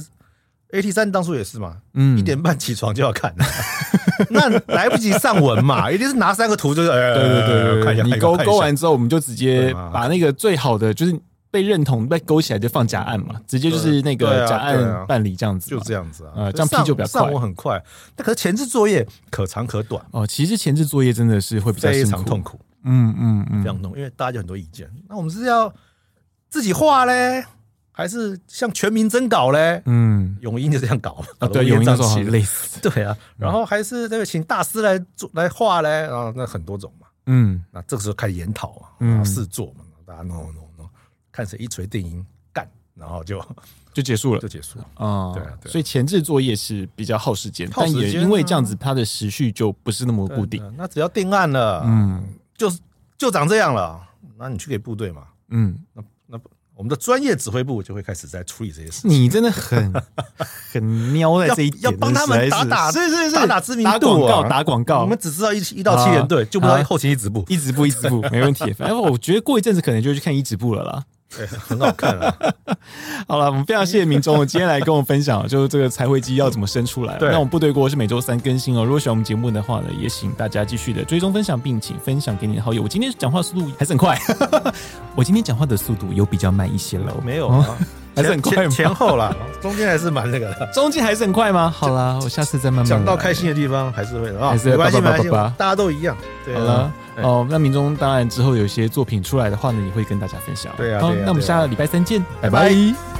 C: AT 三当初也是嘛，
B: 嗯
C: 一点半起床就要看， 那来不及上 文嘛，一定是拿三个图就是，哎
B: 对对对对对
C: 看一下，
B: 呃你勾
C: 看一下
B: 勾，完之后，我们就直接
C: 对嘛
B: 把那个最好的就是被认同被勾起来就放假案嘛，直接就是那
C: 对
B: 个
C: 啊
B: 假
C: 对
B: 案
C: 啊
B: 办理这样子。
C: 就这
B: 样。
C: 样子啊，
B: 呃这样
C: 上
B: 批就比较快
C: 上文很快，但可是前置作业可长可短，
B: 哦，其实前置作业真的是会比较
C: 非
B: 辛
C: 常
B: 苦。
C: 痛苦，
B: 嗯嗯
C: 这
B: 嗯，
C: 样弄，因为大家有很多意见，那我们是要自己画嘞，还是向全民征稿嘞？
B: 嗯
C: 永英就这样搞嘛，
B: 啊，
C: 搞得
B: 对，
C: 乌烟
B: 有那
C: 瘴
B: 种
C: 气
B: 很
C: 的
B: 累死。
C: 对啊，
B: 嗯
C: 然后还是那个请大师来做来画嘞，然后那很多种嘛，
B: 嗯
C: 那这个时候开始研讨嘛，
B: 嗯
C: 然后试做嘛，大家弄弄弄，看谁一锤定音干，然后就
B: 就结束了
C: 就结束了。
B: 啊、
C: 对啊对啊
B: 所以前置作业是比较耗时间，
C: 耗
B: 但
C: 时
B: 也
C: 间
B: 因为
C: 啊
B: 这样子，它的时序就不是那么固定。
C: 对，那只要定案了，
B: 嗯
C: 就是就长这样了，那你去给部队嘛，
B: 嗯，
C: 我们的专业指挥部就会开始在处理这些事情。
B: 你真的很 很喵在
C: 要
B: 这一点，
C: 要帮他们打打
B: 是是是
C: 打打知名度
B: 打广
C: 啊
B: 告打广告，
C: 我们只知道一一到七连队，
B: 啊
C: 就不知道
B: 啊
C: 后勤一直 部，
B: 一直不一直不没问题，反正我觉得过一阵子可能就去看一直部了啦。
C: 对，很好看 啊。
B: 好了，我们非常谢谢明忠，今天来跟我分享就是这个彩绘机要怎么生出来。
C: 对
B: 那我们部队锅是每周三更新哦。如果喜欢我们节目的话呢，也请大家继续的追踪分享，并请分享给你的好友。我今天讲话速度还是很快， 我今天讲话的速度有比较慢一些了，
C: 没有啊，
B: 还是很快
C: 前
B: 吗
C: 前后啦，中间还是蛮那个的。
B: 中间还是很快吗？好啦，我下次再慢慢
C: 讲到
B: 来
C: 开心的地方还是会的啊，
B: 还是会
C: 没关
B: 叭
C: 系，没
B: 叭叭
C: 关系
B: 叭叭，
C: 大家都一样。对啊
B: 好了，
C: 哎
B: 哦，那民中当然之后有一些作品出来的话呢，也会跟大家分享。
C: 对啊
B: 好
C: 对啊
B: 那我们
C: 对啊
B: 下个礼拜三见，拜
C: 拜
B: 拜
C: 拜